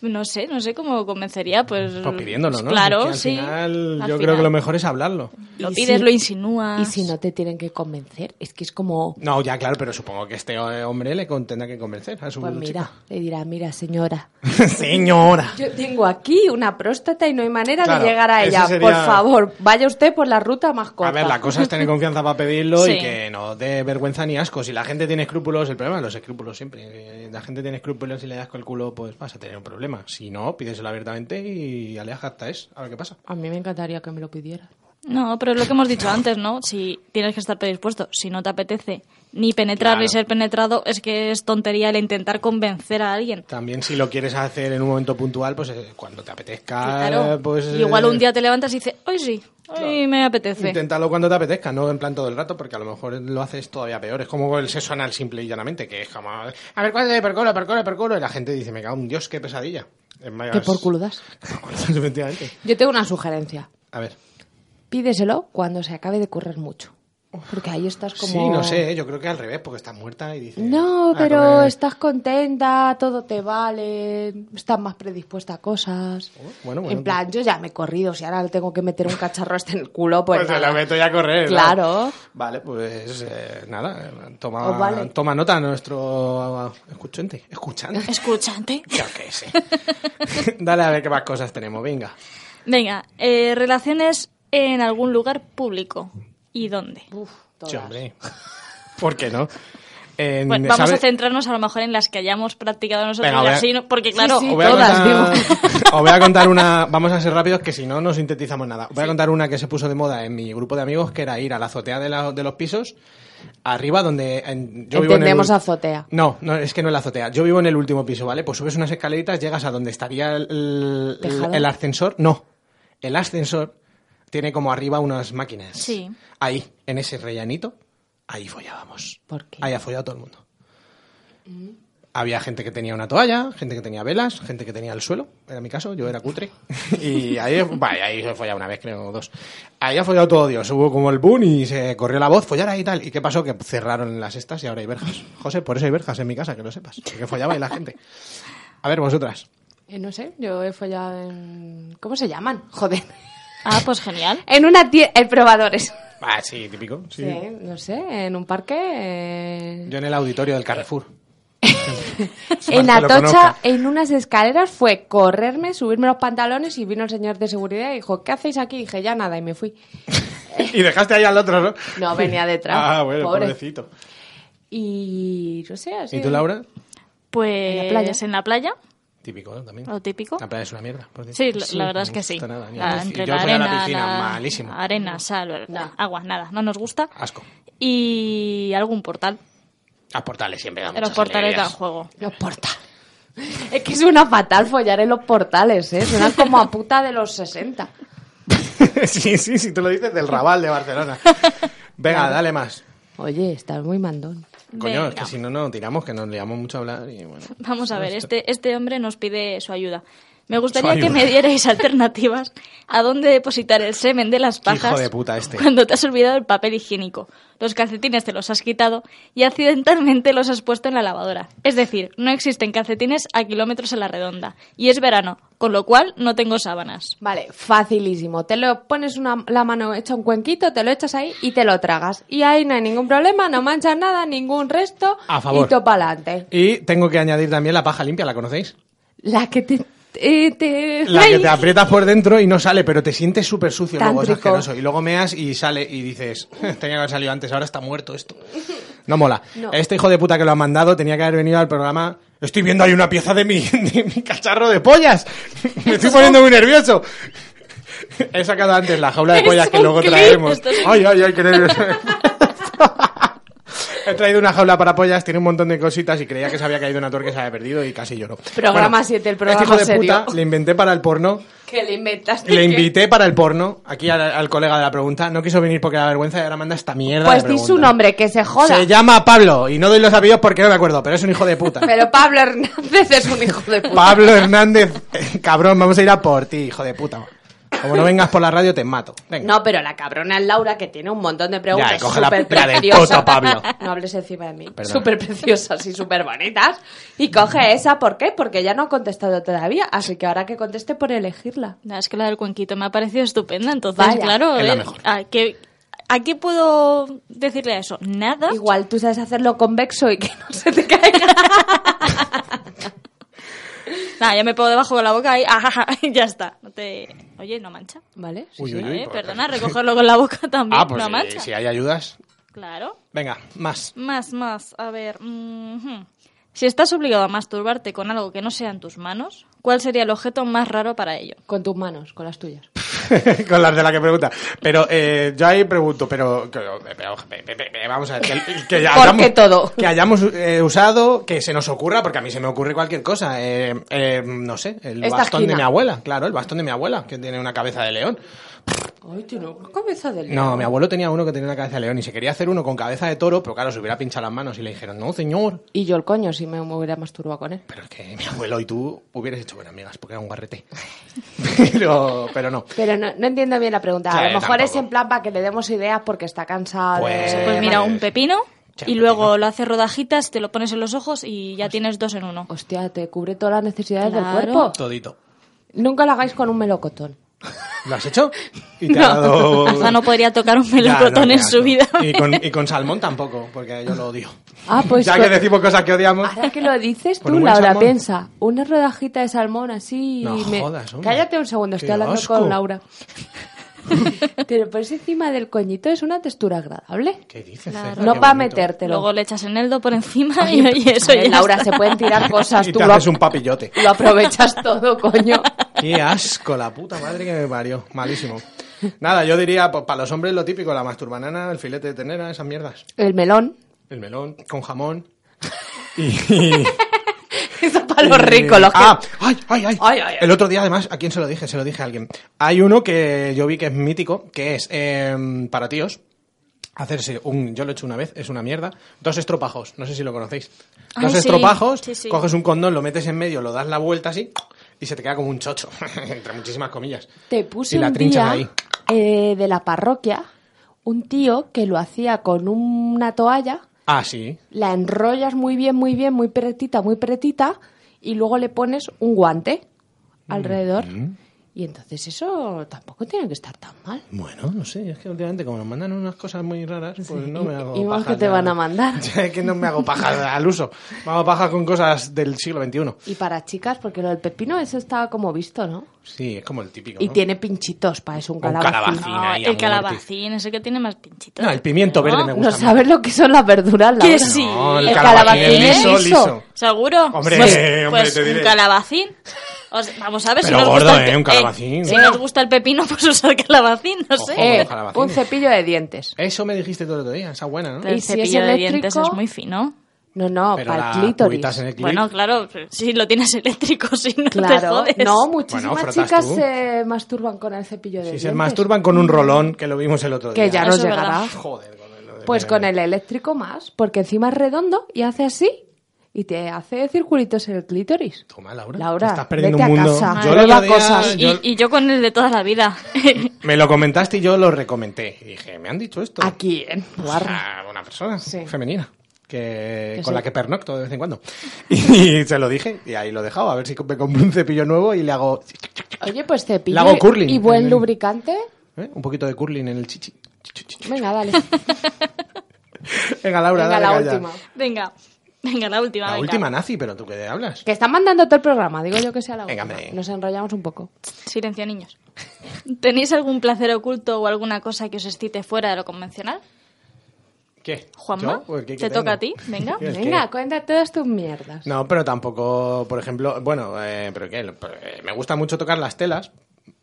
No sé, no sé cómo convencería, pues...
Pues pidiéndolo, ¿no?
Claro,
Es que
sí.
al Final,
Al
yo creo
final.
que lo mejor es hablarlo.
Lo
Y
pides,
si-
lo insinúas.
Y si no te tienen que convencer, es que es como... pues
No, ya claro, pero supongo que este eh, hombre le con- tendrá que convencer a su
Pues mira, le dirá, mira señora,
chica. Señora.
yo tengo aquí una próstata y no hay manera
Claro,
de llegar a
ese
ella.
sería-
Por favor, vaya usted por la ruta más corta.
A ver, la cosa es tener confianza para pedirlo
Sí.
y que no dé vergüenza ni asco. Si la gente tiene escrúpulos, el problema es los escrúpulos siempre. Eh, La gente tiene escrúpulos y le das con el culo, pues vas a tener un problema. Si no, pídeselo abiertamente y aleja hasta es. A ver qué pasa.
A mí me encantaría que me lo pidieran.
No, pero es lo que hemos dicho antes, ¿no? Si tienes que estar predispuesto, si no te apetece ni penetrar
Claro.
ni ser penetrado, es que es tontería el intentar convencer a alguien.
También si lo quieres hacer en un momento puntual, pues eh, cuando te apetezca,
Claro.
eh, pues... eh,
Igual un día te levantas y dices, hoy sí, hoy me apetece.
Inténtalo cuando te apetezca, no en plan todo el rato, porque a lo mejor lo haces todavía peor. Es como el sexo anal simple y llanamente, que es jamás... A ver, ¿cuál es? Percola, percola, percola. Y la gente dice, me cago en Dios, qué pesadilla. Es más-
Que por culo das.
Efectivamente.
Yo tengo una sugerencia.
A ver.
Pídeselo cuando se acabe de correr mucho. Porque ahí estás como...
Sí, no sé, ¿eh? yo creo que al revés, porque estás muerta y dices...
No,
"Ah,
pero
comer".
estás contenta, todo te vale, estás más predispuesta a cosas.
Oh, bueno, bueno, pues-
en plan, yo ya me he corrido, si ahora le tengo que meter un cacharro hasta en el culo, pues,
Pues se
nada.
la meto ya a correr.
Claro.
Vale, pues eh, nada, eh, toma,
Os vale.
toma nota a nuestro escuchante. Escuchante.
Escuchante.
Yo qué sé. Dale a ver qué más cosas tenemos, venga.
Venga, eh, relaciones en algún lugar público. ¿Y dónde?
Mm, Sí, hombre. ¿Por qué no? En-
Bueno, vamos
¿sabe-
a centrarnos a lo mejor en las que hayamos practicado nosotros
Venga, voy a-
así, ¿no? porque claro,
Os voy a contar- Os voy a contar una. Vamos a ser rápidos que si no, no sintetizamos nada. Os voy a contar una que se puso de moda en mi grupo de amigos, que era ir a la azotea de, la- de los pisos, arriba donde. en- yo vivo en el-
Entendemos azotea.
No, no, es que no es la azotea. Yo vivo en el último piso, ¿vale? Pues subes unas escaleritas, llegas a donde estaría el, el-
Tejado.
el ascensor. No, el ascensor tiene como arriba unas máquinas.
Sí.
Ahí, en ese rellanito, ahí follábamos.
¿Por qué?
Ahí ha follado todo el mundo. Había gente que tenía una toalla, gente que tenía velas, gente que tenía el suelo. Era mi caso, yo era cutre. Y ahí, vaya, ahí se follaba una vez, creo, o dos. Ahí ha follado todo Dios. Hubo como el boom y se corrió la voz, follar ahí y tal. ¿Y qué pasó? Que cerraron las estas y ahora hay verjas. José, por eso hay verjas en mi casa, que lo sepas. Que follaba ahí la gente. A ver, vosotras.
Eh, no sé, yo he follado en... ¿Cómo se llaman? Joder.
Ah, pues genial.
En una tienda... El probadores.
Ah, sí, típico. Sí.
Sí. no sé, en un parque... eh,
Yo en el auditorio del Carrefour. Para
En
que lo
Atocha,
conozca.
en unas escaleras, fue correrme, subirme los pantalones y vino el señor de seguridad y dijo, ¿qué hacéis aquí? Y dije, ya nada, y me fui.
Y dejaste ahí al otro, ¿no?
No, venía detrás,
Ah, bueno,
pobre.
pobrecito.
Y no sé, así.
¿Y tú, Laura?
Pues
En la playa.
en la playa,
Típico, ¿no?
Ah,
También.
lo típico.
La playa Ah, es una mierda. por
Sí,
cierto.
la, la verdad es que
me
sí.
gusta nada, ni
La-
la piscina.
entre
Yo fui
la
a
arena,
la piscina,
la-
malísimo. Ah.
Arena, sal, agua, nada, no nos gusta.
Asco.
Y algún portal.
A portales siempre da
Los
muchas
portales
alegrías.
dan juego.
Los portales. Es que suena fatal follar en los portales, ¿eh? Suena como a puta de los 60.
sí, sí, sí, tú lo dices del Raval de Barcelona. Venga, dale más.
Oye, estás muy mandón.
Coño, es
Venga.
que si no, no tiramos, que nos liamos mucho a hablar y bueno.
Vamos a ver,
Esto-
este, este hombre nos pide su ayuda. Me gustaría
Su
que
ayuda.
me dierais alternativas a dónde depositar el semen de las
Qué
pajas
hijo de puta este.
cuando te has olvidado el papel higiénico, los calcetines te los has quitado y accidentalmente los has puesto en la lavadora. Es decir, no existen calcetines a kilómetros a la redonda. Y es verano, con lo cual no tengo sábanas.
Vale, facilísimo. Te lo pones una, la mano hecha un cuenquito, te lo echas ahí y te lo tragas. Y ahí no hay ningún problema, no manchas nada, ningún resto.
A favor.
Y topa adelante.
Y tengo que añadir también la paja limpia, ¿la conocéis?
La que te... eh, te-
La que
¡Ay!
te aprietas por dentro y no sale, pero te sientes súper sucio, luego es
Tántrico.
asqueroso. Y luego meas y sale y dices, "Eh, tenía que haber salido antes, ahora está muerto esto. No mola.
No.
Este hijo de puta que lo ha mandado tenía que haber venido al programa. Estoy viendo ahí una pieza de mi, de mi cacharro de pollas. Me estoy poniendo muy nervioso. He sacado antes la jaula de
Es
pollas que
un
luego
clip,
traemos.
esto es-
Ay, ay, ay, qué nervioso. He traído una jaula para pollas, tiene un montón de cositas y creía que se había caído una torre que se había perdido y casi lloró.
Programa siete, el programa
Este hijo de
serio.
puta le inventé para el porno
Que le inventaste.
le
que-
invité para el porno, aquí al, al colega de la pregunta, no quiso venir porque da vergüenza y ahora manda esta mierda.
Pues
de
di su
pregunta.
nombre, que se joda.
Se llama Pablo, y no doy los apellidos porque no me acuerdo, pero es un hijo de puta.
Pero Pablo Hernández es un hijo de puta.
Pablo Hernández, eh, cabrón, vamos a ir a por ti, hijo de puta. Como no vengas por la radio, te mato. Venga.
No, pero la cabrona es Laura, que tiene un montón de preguntas.
Ya, y coge la
súper
pila de
preciosas.
poto, Pablo.
No hables encima de mí.
Perdona.
Súper preciosas y súper bonitas. Y coge esa, ¿por qué? Porque ya no ha contestado todavía. Así que ahora que conteste por elegirla.
La es que la del cuenquito me ha parecido estupenda, entonces,
Vaya.
claro,
Es la
eh,
mejor.
¿a, qué, a qué puedo decirle a eso? Nada.
Igual tú sabes hacerlo convexo y que no se te caiga.
Nada, ya me pongo debajo de la boca y ajaja, y ya está. No te... Oye, no mancha.
¿Vale? sí,
Uy,
sí.
uy, uy,
Eh,
por-
perdona, recogerlo con la boca también,
Ah, pues
no
si-
mancha.
si hay ayudas.
Claro.
Venga, más.
Más, más. A ver. mhm. Si estás obligado a masturbarte con algo que no sea en tus manos, ¿cuál sería el objeto más raro para ello?
Con tus manos, con las tuyas.
con las de la que pregunta. Pero eh, yo ahí pregunto, pero, eh, pero- pero- pero- eh, vamos a ver, que, que ya
¿Por
hayamos,
qué todo?
que hayamos eh, usado, que se nos ocurra, porque a mí se me ocurre cualquier cosa. Eh, eh, no sé, el
Esta
bastón
esquina.
de mi abuela, claro, el bastón de mi abuela, que tiene una cabeza de león.
Ay, tiene una cabeza de
No, mi
león.
abuelo tenía uno que tenía una cabeza de león y se quería hacer uno con cabeza de toro, pero claro, se hubiera pinchado las manos y le dijeron, no, señor.
Y yo el coño, si me hubiera masturbado con él.
Pero es que mi abuelo y tú hubieras hecho buenas amigas, porque era un guarrete. pero, pero no.
Pero no, no entiendo bien la pregunta.
Sí,
a lo mejor
Eh, tampoco.
es en plan para que le demos ideas porque está cansada
Pues-
de...
Pues mira, un pepino
Sí,
y luego lo haces rodajitas, te lo pones en los ojos y
Pues
ya tienes dos en uno.
Hostia, te cubre todas las necesidades del
Claro.
cuerpo.
Todito.
Nunca lo hagáis con un melocotón.
¿Lo has hecho? Y te ha dado-
Hasta no podría tocar un
Ya, no,
melocotón
qué
en su
asco.
vida.
Y con, y con salmón tampoco, porque yo lo odio.
Ah, pues
ya
con-
que decimos cosas que odiamos.
Ahora que lo dices
Con
tú,
un buen
Laura,
salmón.
piensa, una rodajita de salmón así... y
No
me-
jodas, hombre.
Cállate un segundo, estoy
Qué
hablando
asco.
con Laura. Te lo pones encima del coñito, es una textura agradable.
¿Qué dices?
Claro.
Cecia?
No
Qué
pa'
bonito.
metértelo.
Luego le echas eneldo por encima y, oye, eso
Ay,
ya
Laura,
está.
se pueden tirar cosas,
Y
tú
te
lo,
haces un papillote.
lo aprovechas todo, coño.
Qué asco, la puta madre que me parió. Malísimo. Nada, yo diría, pues para los hombres lo típico, la masturbanana, el filete de ternera, esas mierdas.
El melón,
El melón con jamón.
eso para los ricos, los que...
Ah, ay, ay, ay.
Ay, ay, ay.
El otro día, además, ¿a quién se lo dije? Se lo dije a alguien. Hay uno que yo vi que es mítico, que es em, para tíos. Hacerse un, yo lo he hecho una vez, es una mierda. Dos estropajos, no sé si lo conocéis.
Ay,
Dos
sí,
estropajos,
sí, sí.
coges un condón, lo metes en medio, lo das la vuelta así y se te queda como un chocho, entre muchísimas comillas.
Te puse
y la
un
trinchas
día
ahí.
eh, de la parroquia un tío que lo hacía con una toalla,
Ah, sí.
la enrollas muy bien, muy bien, muy pretita, muy pretita, y luego le pones un guante alrededor.
Mm,
Y entonces eso tampoco tiene que estar tan mal.
Bueno, no sé, es que últimamente como nos mandan unas cosas muy raras, pues no me hago
y más
pajas
que te
ya.
van a mandar.
Ya es que no me hago paja al uso. Me hago paja con cosas del siglo XXI.
Y para chicas, porque lo del pepino eso está como visto, ¿no?
Sí, es como el típico.
Y
¿no?
tiene pinchitos, para eso un
Un calabacín.
calabacín.
No,
ahí,
el
amor,
calabacín, ese que tiene más pinchitos.
No, el pimiento verde me gusta.
No
a mí.
sabes lo que son las verduras, Laura.
Que sí.
No, el,
El
calabacín,
calabacín
es liso,
es liso.
liso.
¿Seguro?
Hombre,
pues,
hombre,
pues
te diré.
un calabacín. O sea, vamos a ver
Pero
si nos
gordo,
gusta. el
¿eh?
pe-
Un calabacín.
si
Eh.
nos gusta el pepino, pues usar calabacín, no sé.
Ojo.
Eh,
Con calabacines.
un cepillo de dientes.
Eso me dijiste todo el otro día, esa buena, ¿no?
Pero el
¿Y si es
cepillo de
eléctrico?
dientes es muy fino.
No, no,
Pero
para
la
el clítoris.
cubitas en el clit-
Bueno, claro, si lo tienes eléctrico, si no te
Claro,
jodes.
no, muchísimas
Bueno, frotas
chicas
tú.
se masturban con el cepillo de
si
dientes.
se masturban con un rolón, que lo vimos el otro día.
Que ya
Eso
nos
es verdad.
llegará.
Joder, con el- lo de-
Pues con el eléctrico más, porque encima es redondo y hace así. Y te hace circulitos en el clítoris.
Toma, Laura.
Laura,
te estás perdiendo
vete
un
a
mundo.
casa.
Yo el
Prueba
otro día-
cosas.
Y,
yo-
y yo con el de toda la vida.
me lo comentaste y yo lo recomendé. Y dije, me han dicho esto.
¿A quién? Guarra.
a una persona
Sí.
femenina que,
Que
con
sí.
la que pernocto de vez en cuando. Y se lo dije y ahí lo he dejado. A ver si me compro un cepillo nuevo y le hago
Oye, pues cepillo
Le hago
y-
curling.
y buen
Eh,
lubricante.
¿eh? un poquito de curling en el chichi.
Venga, dale.
Venga, Laura,
Venga,
dale,
la
calla.
última.
venga, venga, la última.
La
venga.
última nazi, pero tú qué hablas.
Que están mandando todo el programa, digo yo que sea la
Venga,
última.
hombre.
Nos enrollamos un poco.
Silencio, niños. ¿Tenéis algún placer oculto o alguna cosa que os excite fuera de lo convencional?
¿Qué?
Juanma,
¿Yo? Pues, ¿qué-
te
qué tengo?
toca a ti, venga.
¿Qué es que-
Venga, cuenta todas tus mierdas.
No, pero tampoco, por ejemplo, bueno, eh, pero qué, Pero, eh, me gusta mucho tocar las telas,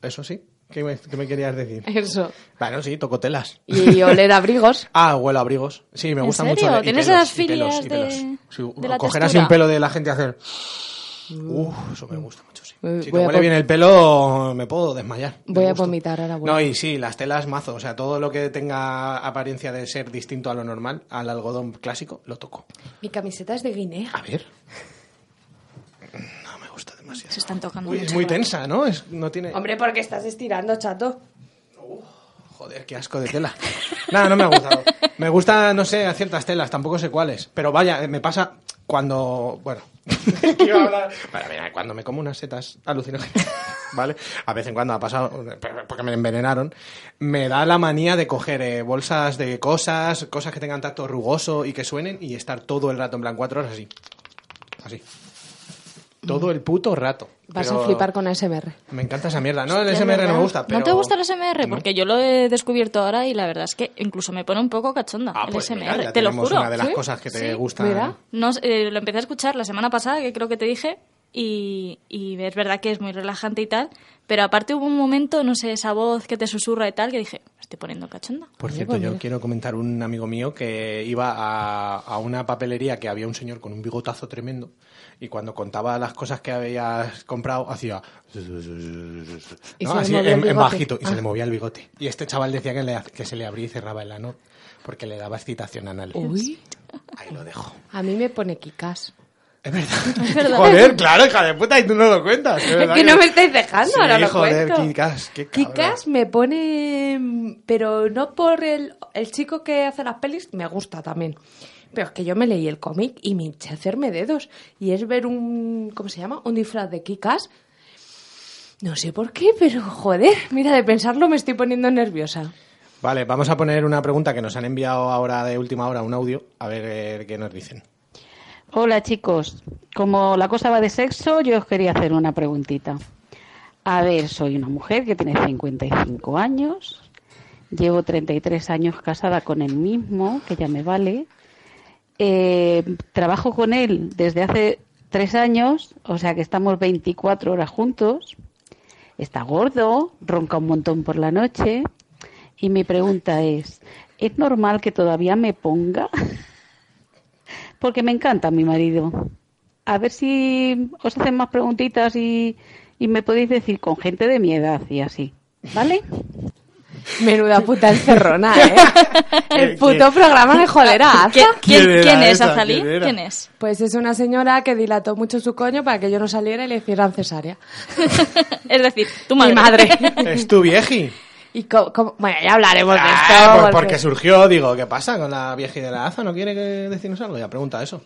eso sí. ¿Qué me, qué me querías decir?
Eso.
Bueno, sí, toco telas.
Y oler abrigos.
Ah, huelo a abrigos. Sí, me
¿En
gusta
serio?
mucho. y
¿Tienes
pelos,
esas
y pelos,
filias
y pelos.
de-
Sí,
de la
coger
textura? Mm.
así un pelo de la gente y hacer. Uf, eso me gusta mucho, sí.
Voy-
Si te
voy a
huele
pon-
bien el pelo, me puedo desmayar. de
Voy a
gusto.
vomitar ahora, bueno.
No, y sí, las telas mazo. O sea, todo lo que tenga apariencia de ser distinto a lo normal, al algodón clásico, lo toco.
Mi camiseta es de Guinea.
A ver. No me gusta demasiado.
Se están tocando
Uy, es
mucho.
muy tensa, ¿no? Es- no tiene.
Hombre, porque estás estirando, chato.
Joder, qué asco de tela. Nada, no me ha gustado. Me gusta, no sé, ciertas telas, tampoco sé cuáles. Pero vaya, eh, me pasa cuando. Bueno. que iba a hablar- Bueno, mira, cuando me como unas setas alucinógenas. ¿Vale? A vez en cuando ha pasado, porque me envenenaron. Me da la manía de coger eh, bolsas de cosas, cosas que tengan tacto rugoso y que suenen, y estar todo el rato en plan cuatro horas así. Así. Todo el puto rato.
Vas
Pero
a flipar con SMR.
Me encanta esa mierda. No, el SMR no me gusta. Pero...
¿No te gusta el SMR?
No.
Porque yo lo he descubierto ahora y la verdad es que incluso me pone un poco cachonda
Ah,
el
pues
SMR,
mira, ya
te lo
tenemos
juro.
una de las
¿Sí?
cosas que te
Sí.
gustan.
Mira.
No, sé, eh, lo empecé a escuchar la semana pasada, que creo que te dije, y, y es verdad que es muy relajante y tal, pero aparte hubo un momento, no sé, esa voz que te susurra y tal, que dije, me estoy poniendo cachonda.
Por cierto, yo quiero comentar un amigo mío que iba a, a una papelería que había un señor con un bigotazo tremendo y cuando contaba las cosas que habías comprado hacía
Y
¿no?
se le
así
movía el
en, en
bigote.
bajito y
Ah.
se le movía el bigote. Y este chaval decía que, le- que se le abría y cerraba el ano porque le daba excitación anal.
Uy.
Ahí lo dejo.
A mí me pone Kikas.
Es verdad.
Es verdad.
Joder, claro, hija de puta, y tú no lo cuentas. Es
Es
verdad
que no me estáis dejando,
Sí,
ahora lo
joder,
cuento.
Kikas, qué cabrón.
Kikas me pone. mm, Pero no por el, el chico que hace las pelis, me gusta también. Pero es que yo me leí el cómic y me hinché a hacerme dedos. Y es ver un. ¿Cómo se llama? Un disfraz de Kikas. No sé por qué, pero joder, mira, de pensarlo me estoy poniendo nerviosa.
Vale, vamos a poner una pregunta que nos han enviado ahora de última hora, un audio, a ver eh, qué nos dicen.
Hola chicos, como la cosa va de sexo, yo os quería hacer una preguntita. A ver, soy una mujer que tiene 55 años, llevo 33 años casada con el mismo, que ya me vale. Eh, trabajo con él desde hace 3 años, o sea que estamos 24 horas juntos. Está gordo, ronca un montón por la noche. Y mi pregunta es, ¿es normal que todavía me ponga? porque me encanta mi marido. A ver si os hacen más preguntitas y, y me podéis decir con gente de mi edad y así, ¿vale?
Menuda puta encerrona, ¿eh? El puto
¿Quién-
programa de jodera.
¿Quién-
quién- ¿Quién quién era es, esa? Azalí? ¿Quién era? ¿Quién es?
Pues es una señora que dilató mucho su coño para que yo no saliera y le hicieran cesárea.
Es decir, tu
Mi
madre.
madre.
Es tu vieji.
Y co- como- bueno, ya hablaremos de esto.
Ah, pues
porque-
porque surgió, digo, ¿qué pasa con la vieji de la Aza? ¿No quiere que decirnos algo? Ya pregunta eso.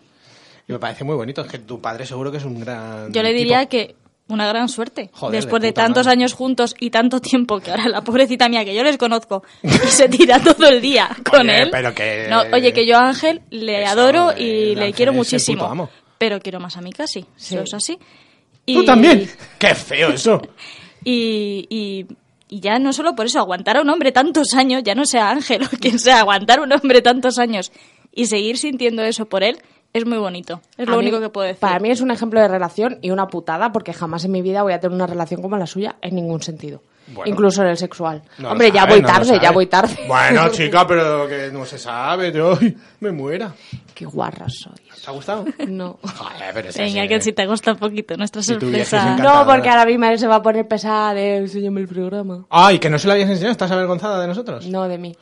Y me parece muy bonito, es que tu padre seguro que es un gran.
Yo le diría que una gran suerte.
Joder,
Después
de
de,
puta
tantos
madre.
años juntos y tanto tiempo que ahora la pobrecita mía que yo les conozco y se tira todo el día con
Oye,
él.
pero que- eh,
No, oye, que yo a Ángel le adoro y le
Ángel
quiero
es el
muchísimo.
puto amo.
Pero quiero más a mí casi, si es así.
¡Tú
Y-
también! ¡Qué feo eso!
Y, y, y ya no solo por eso, aguantar a un hombre tantos años, ya no sea Ángel o quien sea, aguantar a un hombre tantos años y seguir sintiendo eso por él es muy bonito. Es lo
A mí-
único que puedo decir.
Para mí es un ejemplo de relación y una putada porque jamás en mi vida voy a tener una relación como la suya en ningún sentido.
Bueno.
Incluso en el sexual.
No lo
Hombre, ya
sabe,
voy
no lo
tarde, ya
sabe.
voy tarde.
Bueno, chica, pero que no se sabe, yo ay, me muera.
Qué guarra sois.
¿Te ha gustado?
No.
Joder, pero es
Venga,
así,
que
¿eh?
si te gusta un poquito nuestra
Si tú hubieses
sorpresa.
No, porque ahora mi madre se va a poner pesada de enséñame el programa.
Ay, que no se lo habías enseñado, estás avergonzada de nosotros.
No, de mí.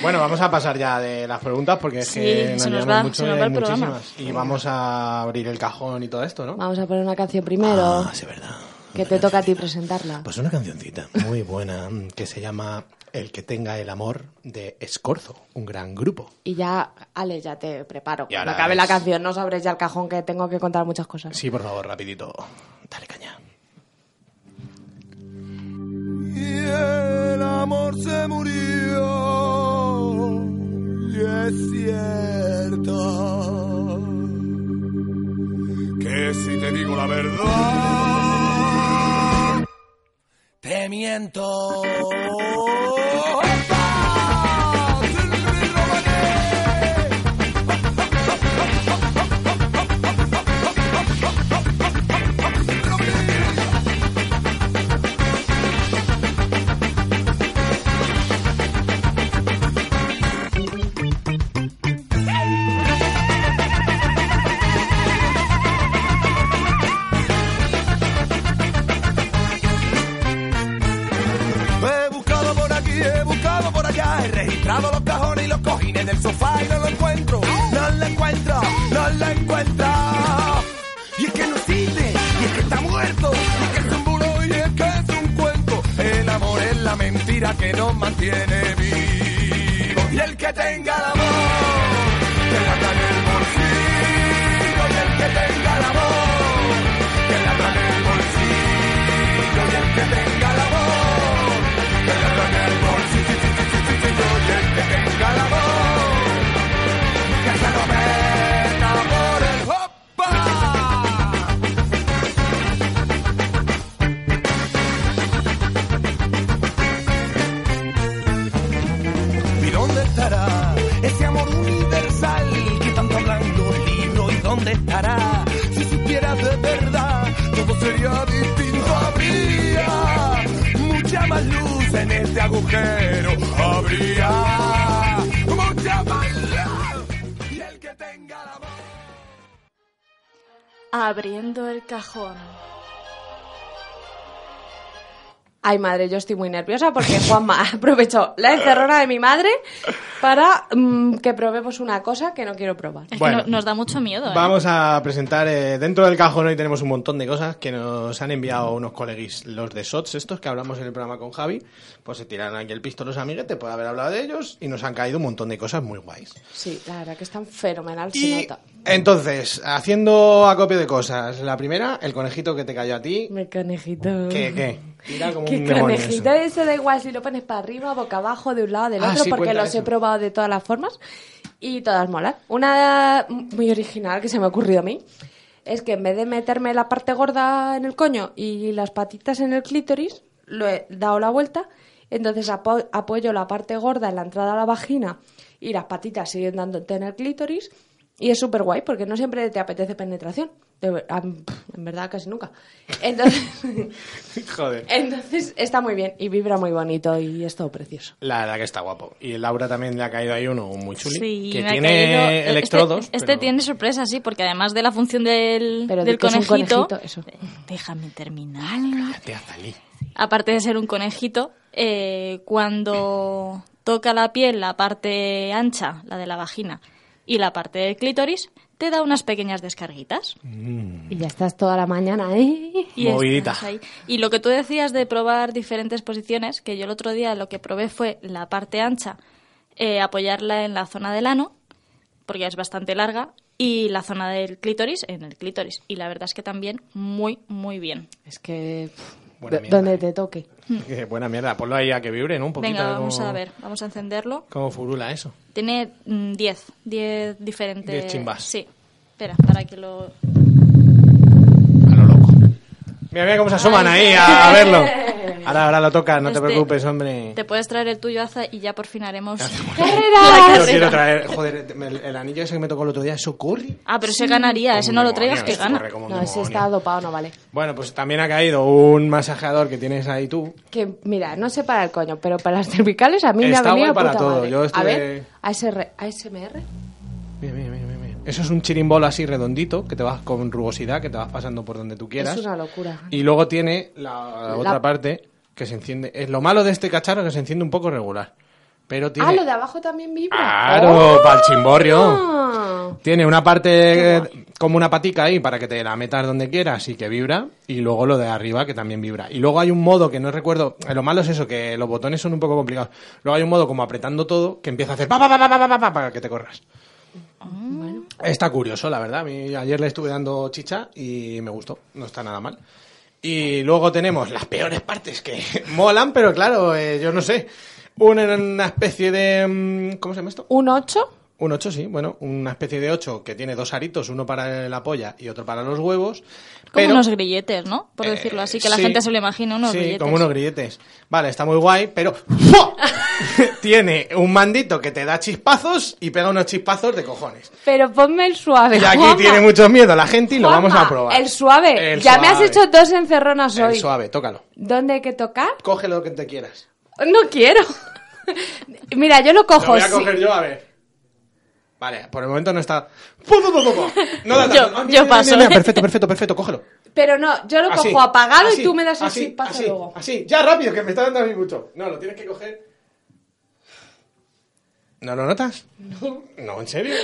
Bueno, vamos a pasar ya de las preguntas porque es
Sí,
que nos
se nos
llevamos
va-
mucho
se nos
y
va
hay
el programa.
muchísimas. Y vamos a abrir el cajón y todo esto, ¿no?
Vamos a poner una canción primero.
Ah, sí, verdad.
Que te toca a ti presentarla.
Pues una cancioncita muy buena mm, que se llama El que tenga el amor de Escorzo, un gran grupo.
Y ya, Ale, ya te preparo.
Y ahora
Cuando acabe la
es-
canción, no sabré ya el cajón que tengo que contar muchas cosas.
Sí, por favor, rapidito.
Y el amor se murió, y es cierto que si te digo la verdad, te miento.
He buscado por aquí, he buscado por allá, he registrado los cajones y los cojines del sofá y no lo encuentro, no lo encuentro, no lo encuentro. Y es que no existe, y es que está muerto, y es que es un bulo y es que es un cuento. El amor es la mentira que nos mantiene vivos. Y el que tenga el amor, que la trae en el bolsillo, y el que tenga el amor, que la trae en el bolsillo, y el que tenga el amor. ¿Y dónde estará ese amor único?
este agujero habría mucha maldad.
Abriendo el cajón.
Ay, madre, yo estoy muy nerviosa porque Juanma aprovechó la encerrona de mi madre para mm, que probemos una cosa que no quiero probar.
Es
Bueno.
que no- nos da mucho miedo. ¿eh?
Vamos a presentar eh, dentro del cajón hoy tenemos un montón de cosas que nos han enviado unos coleguis, los de Sots estos que hablamos en el programa con Javi, pues se tiran aquí el pisto los amiguetes por haber hablado de ellos y nos han caído un montón de cosas muy guays.
Sí, la verdad que están fenomenal. se nota.
Entonces, haciendo acopio de cosas, la primera, el conejito que te cayó a ti,
Mi conejito.
que qué, tira como
¿Qué
un demonio eso.
conejito? Eso da igual si lo pones para arriba, boca abajo, de un lado, del
Ah,
otro,
sí,
porque
cuenta
los he
eso.
probado de todas las formas y todas molan. Una muy original que se me ha ocurrido a mí es que en vez de meterme la parte gorda en el coño y las patitas en el clítoris, lo he dado la vuelta, entonces apo- apoyo la parte gorda en la entrada a la vagina y las patitas siguen dándote en el clítoris. Y es súper guay porque no siempre te apetece penetración. De ver- a- en verdad, casi nunca. Entonces,
Joder.
Entonces está muy bien y vibra muy bonito y es todo precioso.
La verdad que está guapo. Y Laura también le ha caído ahí uno muy chuli,
Sí,
que
me ha
tiene
caído- este-
electrodos.
Este,
pero-
tiene sorpresa, sí, porque además de la función del,
Pero
del
di que es un
conejito, Eh.
conejito, eso.
Déjame terminar. Aparte de ser un conejito, eh, cuando toca la piel la parte ancha, la de la vagina, y la parte del clítoris, te da unas pequeñas descarguitas.
Y ya estás toda la mañana ahí.
Y estás ahí. Y lo que tú decías de probar diferentes posiciones, que yo el otro día lo que probé fue la parte ancha, eh, apoyarla en la zona del ano, porque es bastante larga, y la zona del clítoris en el clítoris. Y la verdad es que también muy, muy bien.
Es que
Buena
d-
mierda,
donde te toque.
Eh, buena mierda, ponlo ahí a que vibre, ¿no? Un poquito.
Mm. Venga,
de
vamos
cómo-
a ver, vamos a encenderlo.
Cómo furula eso.
Tiene mm, 10, 10 diferentes...
Diez chimbas.
Sí. Espera, para que lo...
Mira, mira cómo se asoman ahí a, a verlo. Ahora, ahora lo toca, no te
Este-
preocupes, hombre.
Te puedes traer el tuyo, Aza, y ya por fin haremos...
Yo quiero traer, joder, me- el anillo ese que me tocó el otro día, eso corre.
Ah, pero ese
Sí.
ganaría, ese no lo
demonio,
traigas que
este
gana.
corre como un
No, ese está dopado, no vale.
Bueno, pues también ha caído un masajeador que tienes ahí tú.
Que mira, no sé para el coño, pero para las cervicales a mí me ha
Está
venido
guay para
puta
todo,
madre.
yo estuve-
A ver, ASR, ASMR.
Mira, mira, mira, mira, mira. Eso es un chirimbolo así redondito que te vas con rugosidad, que te vas pasando por donde tú quieras.
Es una locura. Ah,
Y luego tiene la,
La-
otra parte que se enciende. Es lo malo de este cacharro que se enciende un poco regular. Pero tiene.
Ah, lo de abajo también vibra.
Claro,
¡Oh!
para el chimborrio.
Ah.
Tiene una parte eh, como una patica ahí para que te la metas donde quieras y que vibra. Y luego lo de arriba que también vibra. Y luego hay un modo que no recuerdo. eh, Lo malo es eso, que los botones son un poco complicados. Luego hay un modo como apretando todo que empieza a hacer pa pa pa pa pa pa, pa, pa, para que te corras. Está curioso, la verdad. A mí ayer le estuve dando chicha y me gustó. No está nada mal. Y luego tenemos las peores partes que molan, pero claro, eh, yo no sé. Una, una especie de. mm, ¿Cómo se llama esto?
¿Un 8?
Un 8, sí, bueno, una especie de 8 que tiene dos aritos, uno para la polla y otro para los huevos.
Como
pero, eh,
unos grilletes, ¿no? Por decirlo así, que la
sí.
gente se lo imagina, unos
sí,
grilletes.
como unos grilletes. Vale, está muy guay, pero ¡fua! tiene un mandito que te da chispazos y pega unos chispazos de cojones.
Pero ponme el suave.
Y aquí
Juanma.
tiene mucho miedo la gente y lo vamos a
Juanma,
probar.
El suave.
El
ya me has
suave.
hecho dos encerronas
El
hoy.
suave, tócalo.
¿Dónde hay que tocar?
Coge lo que te quieras.
No quiero. Mira, yo lo
Lo
cojo.
voy a
sí.
coger yo, a ver. Vale, por el momento no está... No la
Yo-
tapas.
yo
Ah,
paso. ¿eh?
Perfecto, perfecto, perfecto, cógelo.
Pero no, yo lo
Así,
cojo apagado
así,
y tú me das el
así,
chispazo
así,
luego.
Así, ya rápido, que me está dando a mí mucho. No, lo tienes que coger. ¿No lo notas? No. No, ¿en serio?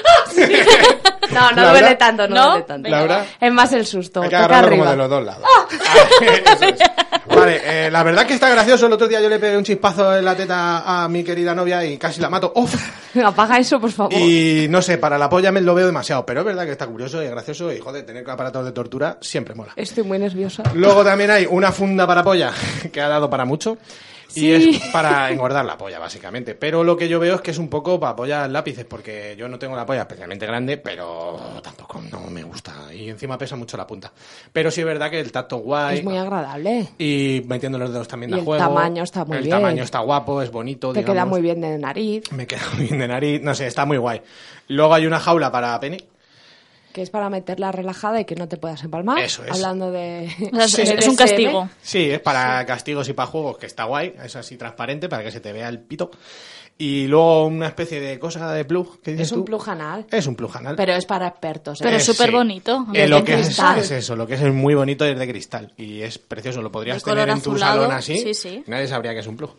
No, no
Laura,
duele tanto, no,
¿no?
duele tanto.
Laura.
Es más el susto.
Hay que
toca
agarrarlo
arriba.
como de los dos lados. Ah, Eso es. Vale, eh, la verdad que está gracioso. El otro día yo le pegué un chispazo en la teta a mi querida novia y casi la mato. ¡Uf!
Apaga eso, por favor.
Y no sé, para la polla me lo veo demasiado, pero es verdad que está curioso y gracioso y joder, tener aparatos de tortura siempre mola.
Estoy muy nerviosa.
Luego también hay una funda para polla que ha dado para mucho. Y es para engordar la polla, básicamente. Pero lo que yo veo es que es un poco para apoyar lápices, porque yo no tengo la polla especialmente grande, pero tampoco no me gusta. Y encima pesa mucho la punta. Pero sí es verdad que el tacto guay.
Es muy agradable.
Y metiendo los dedos también
Y
da
el
juego.
tamaño está muy
el
bien.
tamaño está guapo, es bonito.
Te queda
digamos.
muy bien de nariz.
Me queda muy bien de nariz. No sé, está muy guay. Luego hay una jaula para pene.
que es para meterla relajada y que no te puedas empalmar.
Eso es.
Hablando de...
O sea, es-
de
es un
DSM.
castigo.
Sí, es para castigos y para juegos, que está guay, es así transparente para que se te vea el pito. Y luego una especie de cosa de plug, ¿qué dices
Es un
tú?
plug anal,
Es un plug anal.
pero es para expertos. ¿eh?
Pero
Eh,
es súper
sí.
bonito.
Eh,
Es
lo
de
que es,
cristal.
es eso, lo que es muy bonito es de cristal y es precioso, lo podrías
De color
tener en tu
azulado,
salón así,
sí, sí.
nadie sabría que es un plug.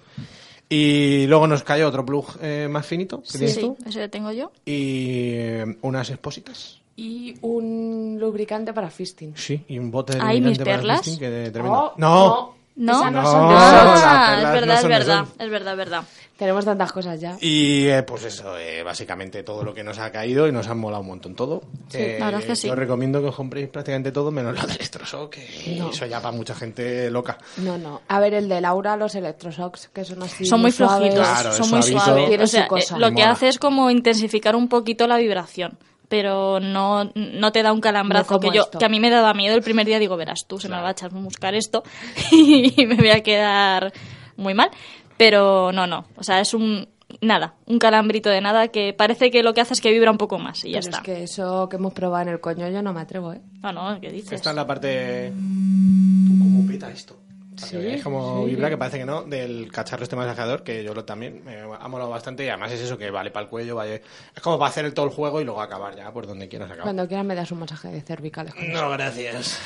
Y luego nos cayó otro plug eh, más finito, que
Sí,
tienes
sí,
tú,
eso ya tengo yo.
y eh, unas expósitas.
Y un lubricante para fisting.
Sí, y un bote de
Ay, mis
lubricante para
perlas.
fisting, que de-
Oh,
tremendo. no.
no, esas no
No,
son de-
las
Ah,
perlas
es
no
verdad, es
son de
verdad,
son.
es verdad, es verdad.
Tenemos tantas cosas ya.
Y eh, pues eso, eh, básicamente todo lo que nos ha caído y nos han molado un montón todo.
Sí,
Eh,
la verdad es que sí.
Yo recomiendo que os compréis prácticamente todo menos lo del destrozó, que
No.
eso ya para mucha gente loca.
No, no. A ver, el de Laura, los electroshocks, que son así.
Son muy flojitos,
suaves.
Claro,
son muy
suavito.
suaves.
Tiene
O sea,
su cosa.
eh, lo que
Mola.
hace es como intensificar un poquito la vibración, pero no, no te da un calambrazo
No como
que yo
esto.
que a mí me daba miedo el primer día. Digo, verás tú, se me va a echar a buscar esto y me voy a quedar muy mal. Pero no, no. O sea, es un nada, un calambrito de nada que parece que lo que hace es que vibra un poco más y
Pero
ya está.
es que eso que hemos probado en el coño yo no me atrevo, ¿eh?
No, no, ¿qué dices?
Esta es la parte... Tú, ¿Cómo peta esto? Para que veáis cómo
sí.
vibra, que parece que no, del cacharro este masajador, que yo lo también me ha molado bastante y además es eso que vale para el cuello, vale... es como para hacer el- todo el juego y luego acabar ya por donde quieras acabar.
Cuando quieras me das un masaje de cervicales.
No, gracias.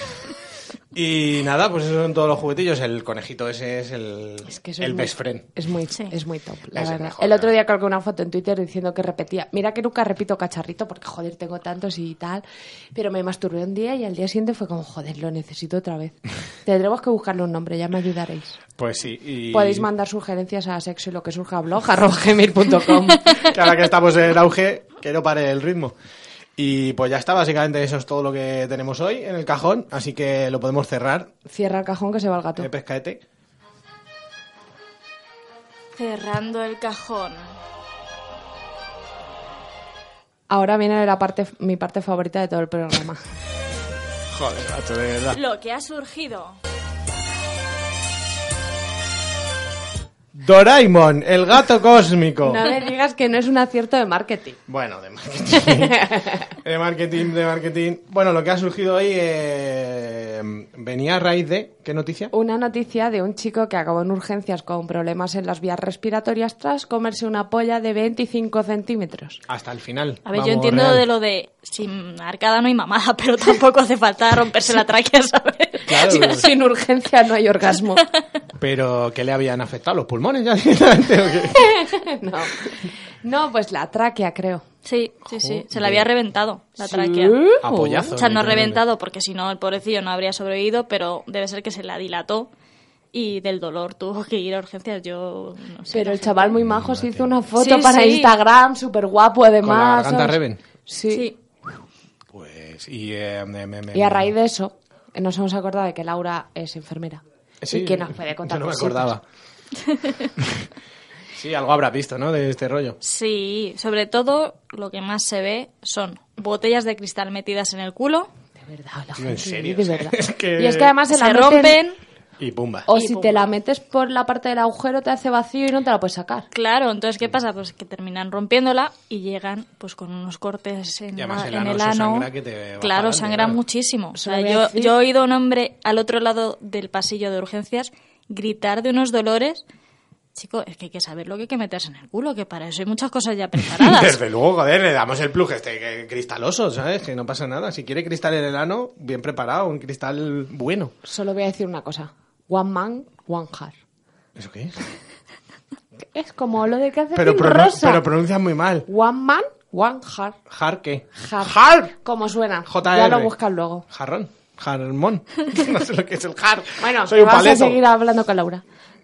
Y nada, pues esos son todos los juguetillos. El conejito ese es el,
que eso
el
es muy-
best friend.
Es muy, es muy top, la
Es
verdad.
el
El,
mejor,
otro día colgué una foto en Twitter diciendo que repetía. Mira que nunca repito cacharrito porque, joder, tengo tantos y tal. Pero me masturbé un día y al día siguiente fue como, joder, lo necesito otra vez. Tendremos que buscarle un nombre, ya me ayudaréis.
Pues sí. Y...
Podéis mandar sugerencias a sexo y lo que surja blog arroba gmail.com.
Que ahora que estamos en auge, que no pare el ritmo. Y pues ya está, básicamente eso es todo lo que tenemos hoy en el cajón. Así que lo podemos cerrar.
Cierra el cajón que se va el gato.
Eh, pescaete.
Cerrando el cajón.
Ahora viene la parte, mi parte favorita de todo el programa.
Joder, macho, de verdad.
Lo que ha surgido.
Doraemon, el gato cósmico.
No me digas que no es un acierto de marketing.
Bueno, de marketing. de marketing, de marketing. Bueno, lo que ha surgido hoy eh, venía a raíz de... ¿Qué noticia?
Una noticia de un chico que acabó en urgencias con problemas en las vías respiratorias tras comerse una polla de 25 centímetros.
Hasta el final.
A ver, yo
Vamos,
entiendo
real.
de lo de sin arcada no hay mamada, pero tampoco hace falta romperse la tráquea, ¿sabes?
Claro.
Sin, sin urgencia no hay orgasmo.
Pero ¿qué le habían afectado? ¿Los pulmones ya directamente o qué?
no. no, pues la tráquea, creo.
Sí, sí, sí. Se
Joder.
la había reventado la
Sí.
tráquea.
Apoyazo,
O sea, no
literalmente.
reventado porque si no el pobrecillo no habría sobrevivido, pero debe ser que se la dilató y del dolor tuvo que ir a urgencias. Yo no sé.
Pero el chaval muy majo se hizo una foto
Sí,
para
sí.
Instagram, súper guapo
Con la
además.
garganta
¿sabes?
Reven.
Sí.
Pues, y, eh, me- me- me-
Y a raíz de eso, eh, nos hemos acordado de que Laura es enfermera.
Sí,
y que nos puede contar
yo no me
cositas.
acordaba. sí, algo habrá visto, ¿no? De este rollo.
Sí, sobre todo lo que más se ve son botellas de cristal metidas en el culo.
Tío, en serio.
es
es
verdad.
que- es que-
Y es que además se, la
se
meten-
rompen.
Y pumba.
O
Y
si
pum.
te la metes por la parte del agujero, te hace vacío y no te la puedes sacar.
Claro, entonces ¿qué pasa? Pues que terminan rompiéndola y llegan pues con unos cortes en,
Y además
la-
el
en
ano,
el
eso
ano.
sangra que te va
claro,
pa'lante,
sangra
claro.
muchísimo. O sea,
voy a
yo,
decir.
yo he oído a un hombre al otro lado del pasillo de urgencias gritar de unos dolores. Chico, es que hay que saber lo que hay que meterse en el culo, que para eso hay muchas cosas ya preparadas.
Desde luego, joder, le damos el plug este que- cristaloso, ¿sabes? Que no pasa nada. Si quiere cristal en el ano, bien preparado, un cristal bueno.
Solo voy a decir una cosa. One man, one heart.
¿Eso qué es?
Es como lo de que hace
Pero,
Tim
pronu-
Rosa.
pero pronuncias muy mal.
One man, one heart.
¿Jar qué?
Heart. Como suena.
JR.
Ya lo buscan luego.
Jarrón. Jarmón. no sé lo que es el jar.
Bueno,
Soy un
vamos a
paleto.
seguir hablando con Laura.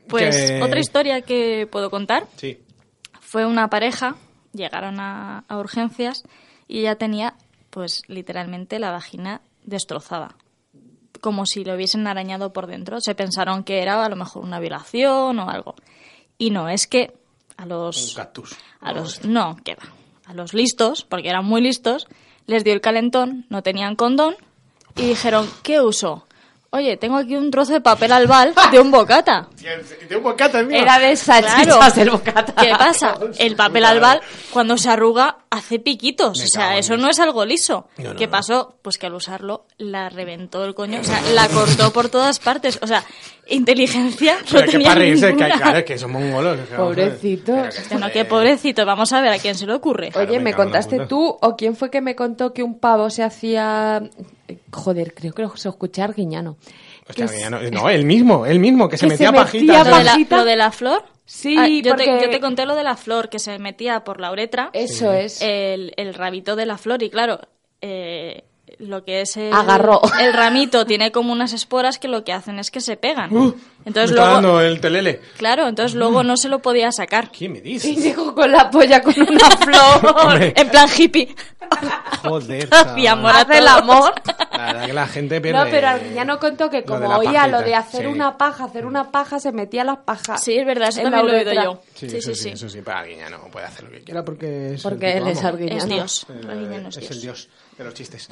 Pues
Que-
otra historia que puedo contar
Sí.
fue una pareja, llegaron a, a urgencias y ella tenía, pues literalmente, la vagina destrozada. Como si lo hubiesen arañado por dentro. Se pensaron que era a lo mejor una violación o algo. Y no, es que a
Un
los.
cactus.
A los no, que va. A los listos, porque eran muy listos, les dio el calentón, no tenían condón y dijeron, ¿qué uso? Oye, tengo aquí un trozo de papel albal de un bocata.
De un bocata, mío.
Era de salchichas
Claro.
el bocata.
¿Qué pasa? El papel
Claro.
albal, cuando se arruga, hace piquitos.
Me
o sea,
cago en
eso no es algo liso.
No, no,
¿Qué
no.
pasó? Pues que al usarlo, la reventó el coño. O sea, la cortó por todas partes. O sea, inteligencia no
Pero que
tenía
para reírse, que,
ninguna.
claro, es que son mongolos.
Pobrecito.
Hostia, no, qué pobrecito. Vamos a ver a quién se le ocurre.
Oye, ¿me
cago en la
contaste
puta.
tú o quién fue que me contó que un pavo se hacía... eh, Joder, creo que lo escuché a Arguiñano.
Hostia,
Que
ya no, no, él mismo, él mismo, que se
que
metía
se
pajitas.
metía
¿Lo de, la,
pajita.
lo de la flor?
Sí,
Ah, yo,
porque- Eh,
te, yo te conté lo de la flor, que se metía por la uretra.
Eso Sí. es.
El, el rabito de la flor, y claro, eh, lo que es el,
Agarró.
el ramito tiene como unas esporas que lo que hacen es que se pegan.
Uh,
entonces
me está
luego,
dando el telele.
claro, entonces luego no se lo podía sacar.
¿Qué me
Y
dices?
llegó con la polla con una flor.
Hombre.
en plan hippie.
Joder.
Y amor a
Hace el
todos.
amor.
La verdad que la gente pierde...
No, pero Arguiñano contó que como
de la
oía lo
pajita,
de hacer
sí.
una paja, hacer una paja, se metía las pajas.
Sí, es verdad, eso
en la
también lo he oído
uretra.
yo.
Sí, eso sí, eso sí, pero Arguiñano puede hacer lo que quiera porque es...
Porque
el
él
puto
es
amo.
Arguiñano.
Es Dios.
Eh,
Arguiñano es
es
Dios.
el dios de los chistes.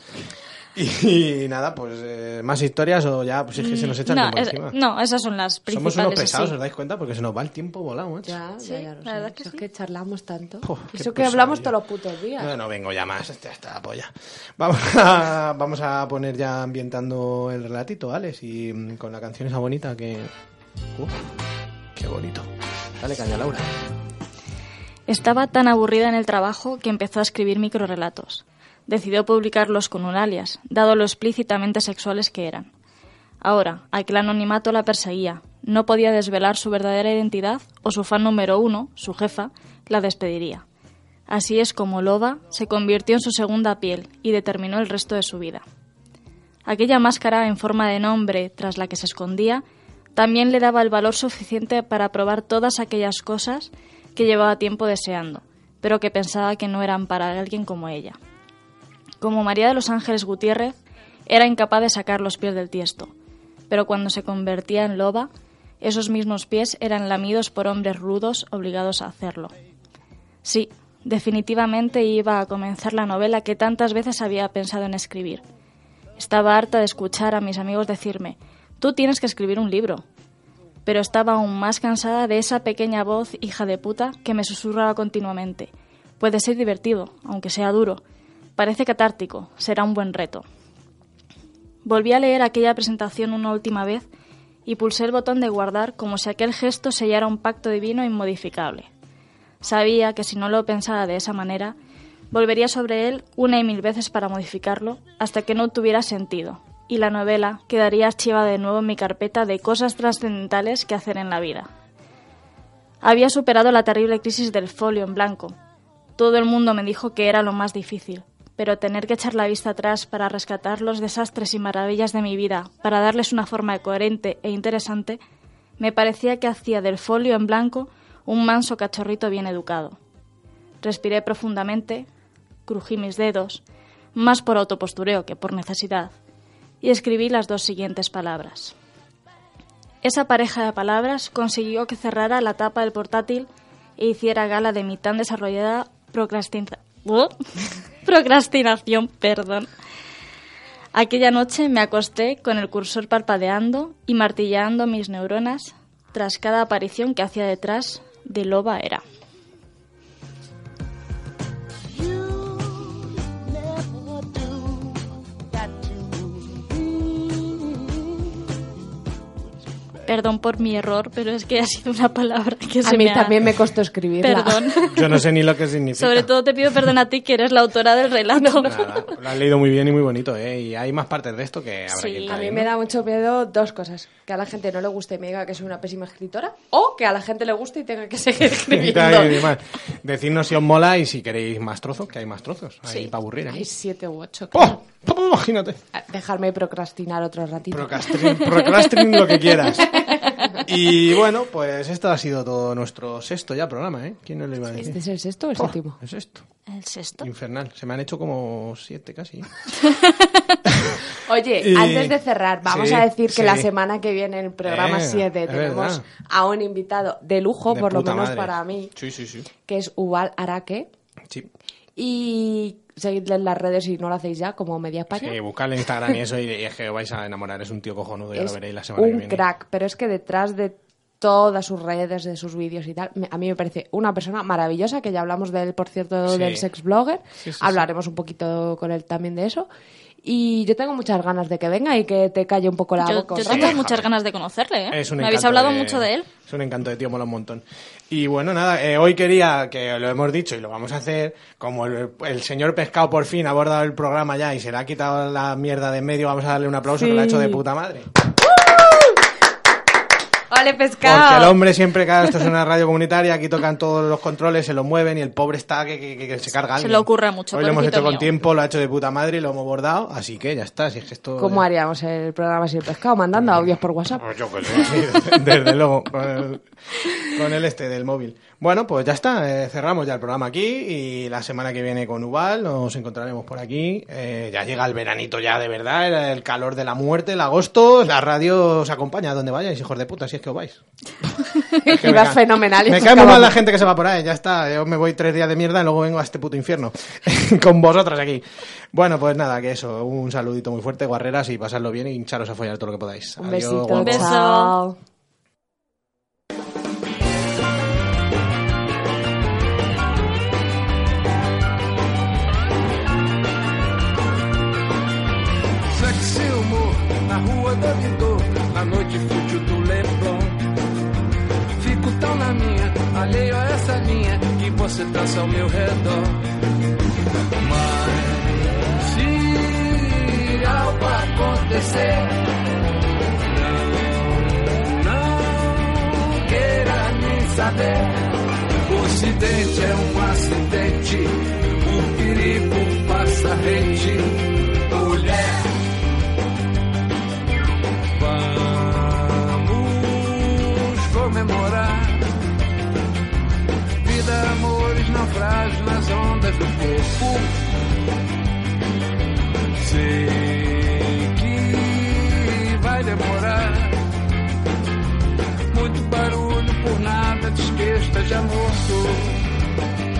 Y, nada, pues eh, más historias o ya, pues es que se nos echa el
Mm, no,
tiempo
es-
encima.
no, esas son las principales.
Somos unos pesados,
así.
¿os dais cuenta? Porque se nos va el tiempo volado, macho.
Ya, ya, ya lo sé.
verdad que
Eso es que charlamos tanto.
Oh,
Eso que
qué pesadilla.
hablamos todos los putos días.
No, no vengo ya más, hasta hasta la polla. Vamos a, vamos a poner ya ambientando el relatito, Alex, y mm, con la canción esa bonita que... Uf, qué bonito. Dale caña, Laura.
Estaba tan aburrida en el trabajo que empezó a escribir microrelatos. Decidió publicarlos con un alias, dado lo explícitamente sexuales que eran. Ahora, aquel anonimato la perseguía. No podía desvelar su verdadera identidad o su fan número uno, su jefa, la despediría. Así es como Loba se convirtió en su segunda piel y determinó el resto de su vida. Aquella máscara en forma de nombre tras la que se escondía también le daba el valor suficiente para probar todas aquellas cosas que llevaba tiempo deseando, pero que pensaba que no eran para alguien como ella. Como María de los Ángeles Gutiérrez, era incapaz de sacar los pies del tiesto, pero cuando se convertía en loba, esos mismos pies eran lamidos por hombres rudos obligados a hacerlo. Sí, definitivamente iba a comenzar la novela que tantas veces había pensado en escribir. Estaba harta de escuchar a mis amigos decirme, tú tienes que escribir un libro. Pero estaba aún más cansada de esa pequeña voz hija de puta que me susurraba continuamente. Puede ser divertido, aunque sea duro. Parece catártico, será un buen reto. Volví a leer aquella presentación una última vez y pulsé el botón de guardar como si aquel gesto sellara un pacto divino inmodificable. Sabía que si no lo pensaba de esa manera, volvería sobre él una y mil veces para modificarlo hasta que no tuviera sentido, y la novela quedaría archivada de nuevo en mi carpeta de cosas trascendentales que hacer en la vida. Había superado la terrible crisis del folio en blanco. Todo el mundo me dijo que era lo más difícil, pero tener que echar la vista atrás para rescatar los desastres y maravillas de mi vida, para darles una forma coherente e interesante, me parecía que hacía del folio en blanco un manso cachorrito bien educado. Respiré profundamente, crují mis dedos, más por autopostureo que por necesidad, y escribí las dos siguientes palabras. Esa pareja de palabras consiguió que cerrara la tapa del portátil e hiciera gala de mi tan desarrollada procrastin- ¡Oh! procrastinación. Perdón. Aquella noche me acosté con el cursor parpadeando y martilleando mis neuronas tras cada aparición que hacía detrás de Loba era. Perdón por mi error, pero es que ha sido una palabra que
A
se
mí
me ha-
también me costó escribirla.
Perdón.
Yo no sé ni lo que significa.
Sobre todo te pido perdón a ti, que eres la autora del relato.
Nada, pues lo has leído muy bien y muy bonito, ¿eh? Y hay más partes de esto que habrá que ir
A mí
trayendo.
me da mucho miedo dos cosas. Que a la gente no le guste y me diga que soy una pésima escritora. O que a la gente le guste y tenga que seguir
Y
escribiendo.
demás. Decidnos si os mola y si queréis más trozos, que hay más trozos. Ahí
Sí.
para aburrir. ¿eh?
Hay siete u ocho.
¡Oh! Imagínate.
Ah, Dejarme procrastinar otro ratito.
Procrastrin, procrastrin lo que quieras. Y bueno, pues esto ha sido todo nuestro sexto ya programa, ¿eh? ¿Quién nos lo iba a decir?
¿Este es el sexto o el
Oh,
séptimo?
El sexto.
¿El sexto?
Infernal. Se me han hecho como siete casi. ¿eh?
Oye,
Y-
antes de cerrar, vamos
sí,
a decir que
sí.
la semana que viene en el programa
Eh,
7
es
tenemos
verdad.
a un invitado de lujo,
De
por lo
puta
menos
madre.
para mí,
Sí, sí, sí.
que es Ubal Araque.
Sí.
Y seguidle en las redes si no lo hacéis ya, como Media España.
Sí, buscarle en Instagram y eso y es que vais a enamorar. Es un tío cojonudo, ya
es
lo veréis la semana que
un
viene.
crack, pero es que detrás de todas sus redes, de sus vídeos y tal, me- a mí me parece una persona maravillosa, que ya hablamos de él, por cierto,
Sí.
del sex blogger.
Sí, sí, sí.
Hablaremos un poquito con él también de eso. Y yo tengo muchas ganas de que venga y que te calle un poco la
Yo,
boca.
yo
un
tengo
rato.
muchas ganas de conocerle, ¿eh?
Es un
Me habéis
encanto
hablado mucho de él.
Es un encanto de tío, mola un montón. Y bueno, nada, eh, hoy quería, que lo hemos dicho y lo vamos a hacer, como el, el señor Pescado por fin ha abordado el programa ya y se le ha quitado la mierda de en medio, vamos a darle un aplauso que lo ha hecho de puta madre.
Ole,
Porque el
pescado.
hombre siempre, claro, esto es una radio comunitaria, aquí tocan todos los controles, se lo mueven y el pobre está que, que- que- que se carga
Se
alguien.
le ocurre mucho,
Hoy lo hemos
pobrecito
hecho con
mío.
tiempo, lo ha hecho de puta madre y lo hemos bordado, así que ya está, si es que esto...
¿Cómo haríamos el programa sin pescado? Mandando audios por WhatsApp.
Desde luego, con el, con el este del móvil. Bueno, pues ya está, eh, cerramos ya el programa aquí y la semana que viene con Ubal nos encontraremos por aquí. Eh, ya llega el veranito ya de verdad, el, el calor de la muerte, el agosto, la radio os acompaña a donde vayáis, hijos de puta, si es que os vais. Es que me
Ibas
ca-
fenomenal. y
Me
nos
cae muy mal
acabamos.
la gente que se va por ahí, ya está. Yo me voy tres días de mierda y luego vengo a este puto infierno con vosotras aquí. Bueno, pues nada, que eso, un saludito muy fuerte, guerreras y pasadlo bien y hincharos a follar todo lo que podáis.
Un
Adiós,
besito.
guapos.
Chao.
Sexy humor na rua do editor, na noite fútil do Leblon. Fico tão na minha, alheio a essa linha que você dança ao meu redor. Mas se algo acontecer, não, não queira nem saber. O ocidente é um acidente, o perigo passa rente. Mulher, vamos comemorar. Vida, amores, naufrágios nas ondas do corpo. Sei que vai demorar. Muito barulho por nada, desquesta já morto.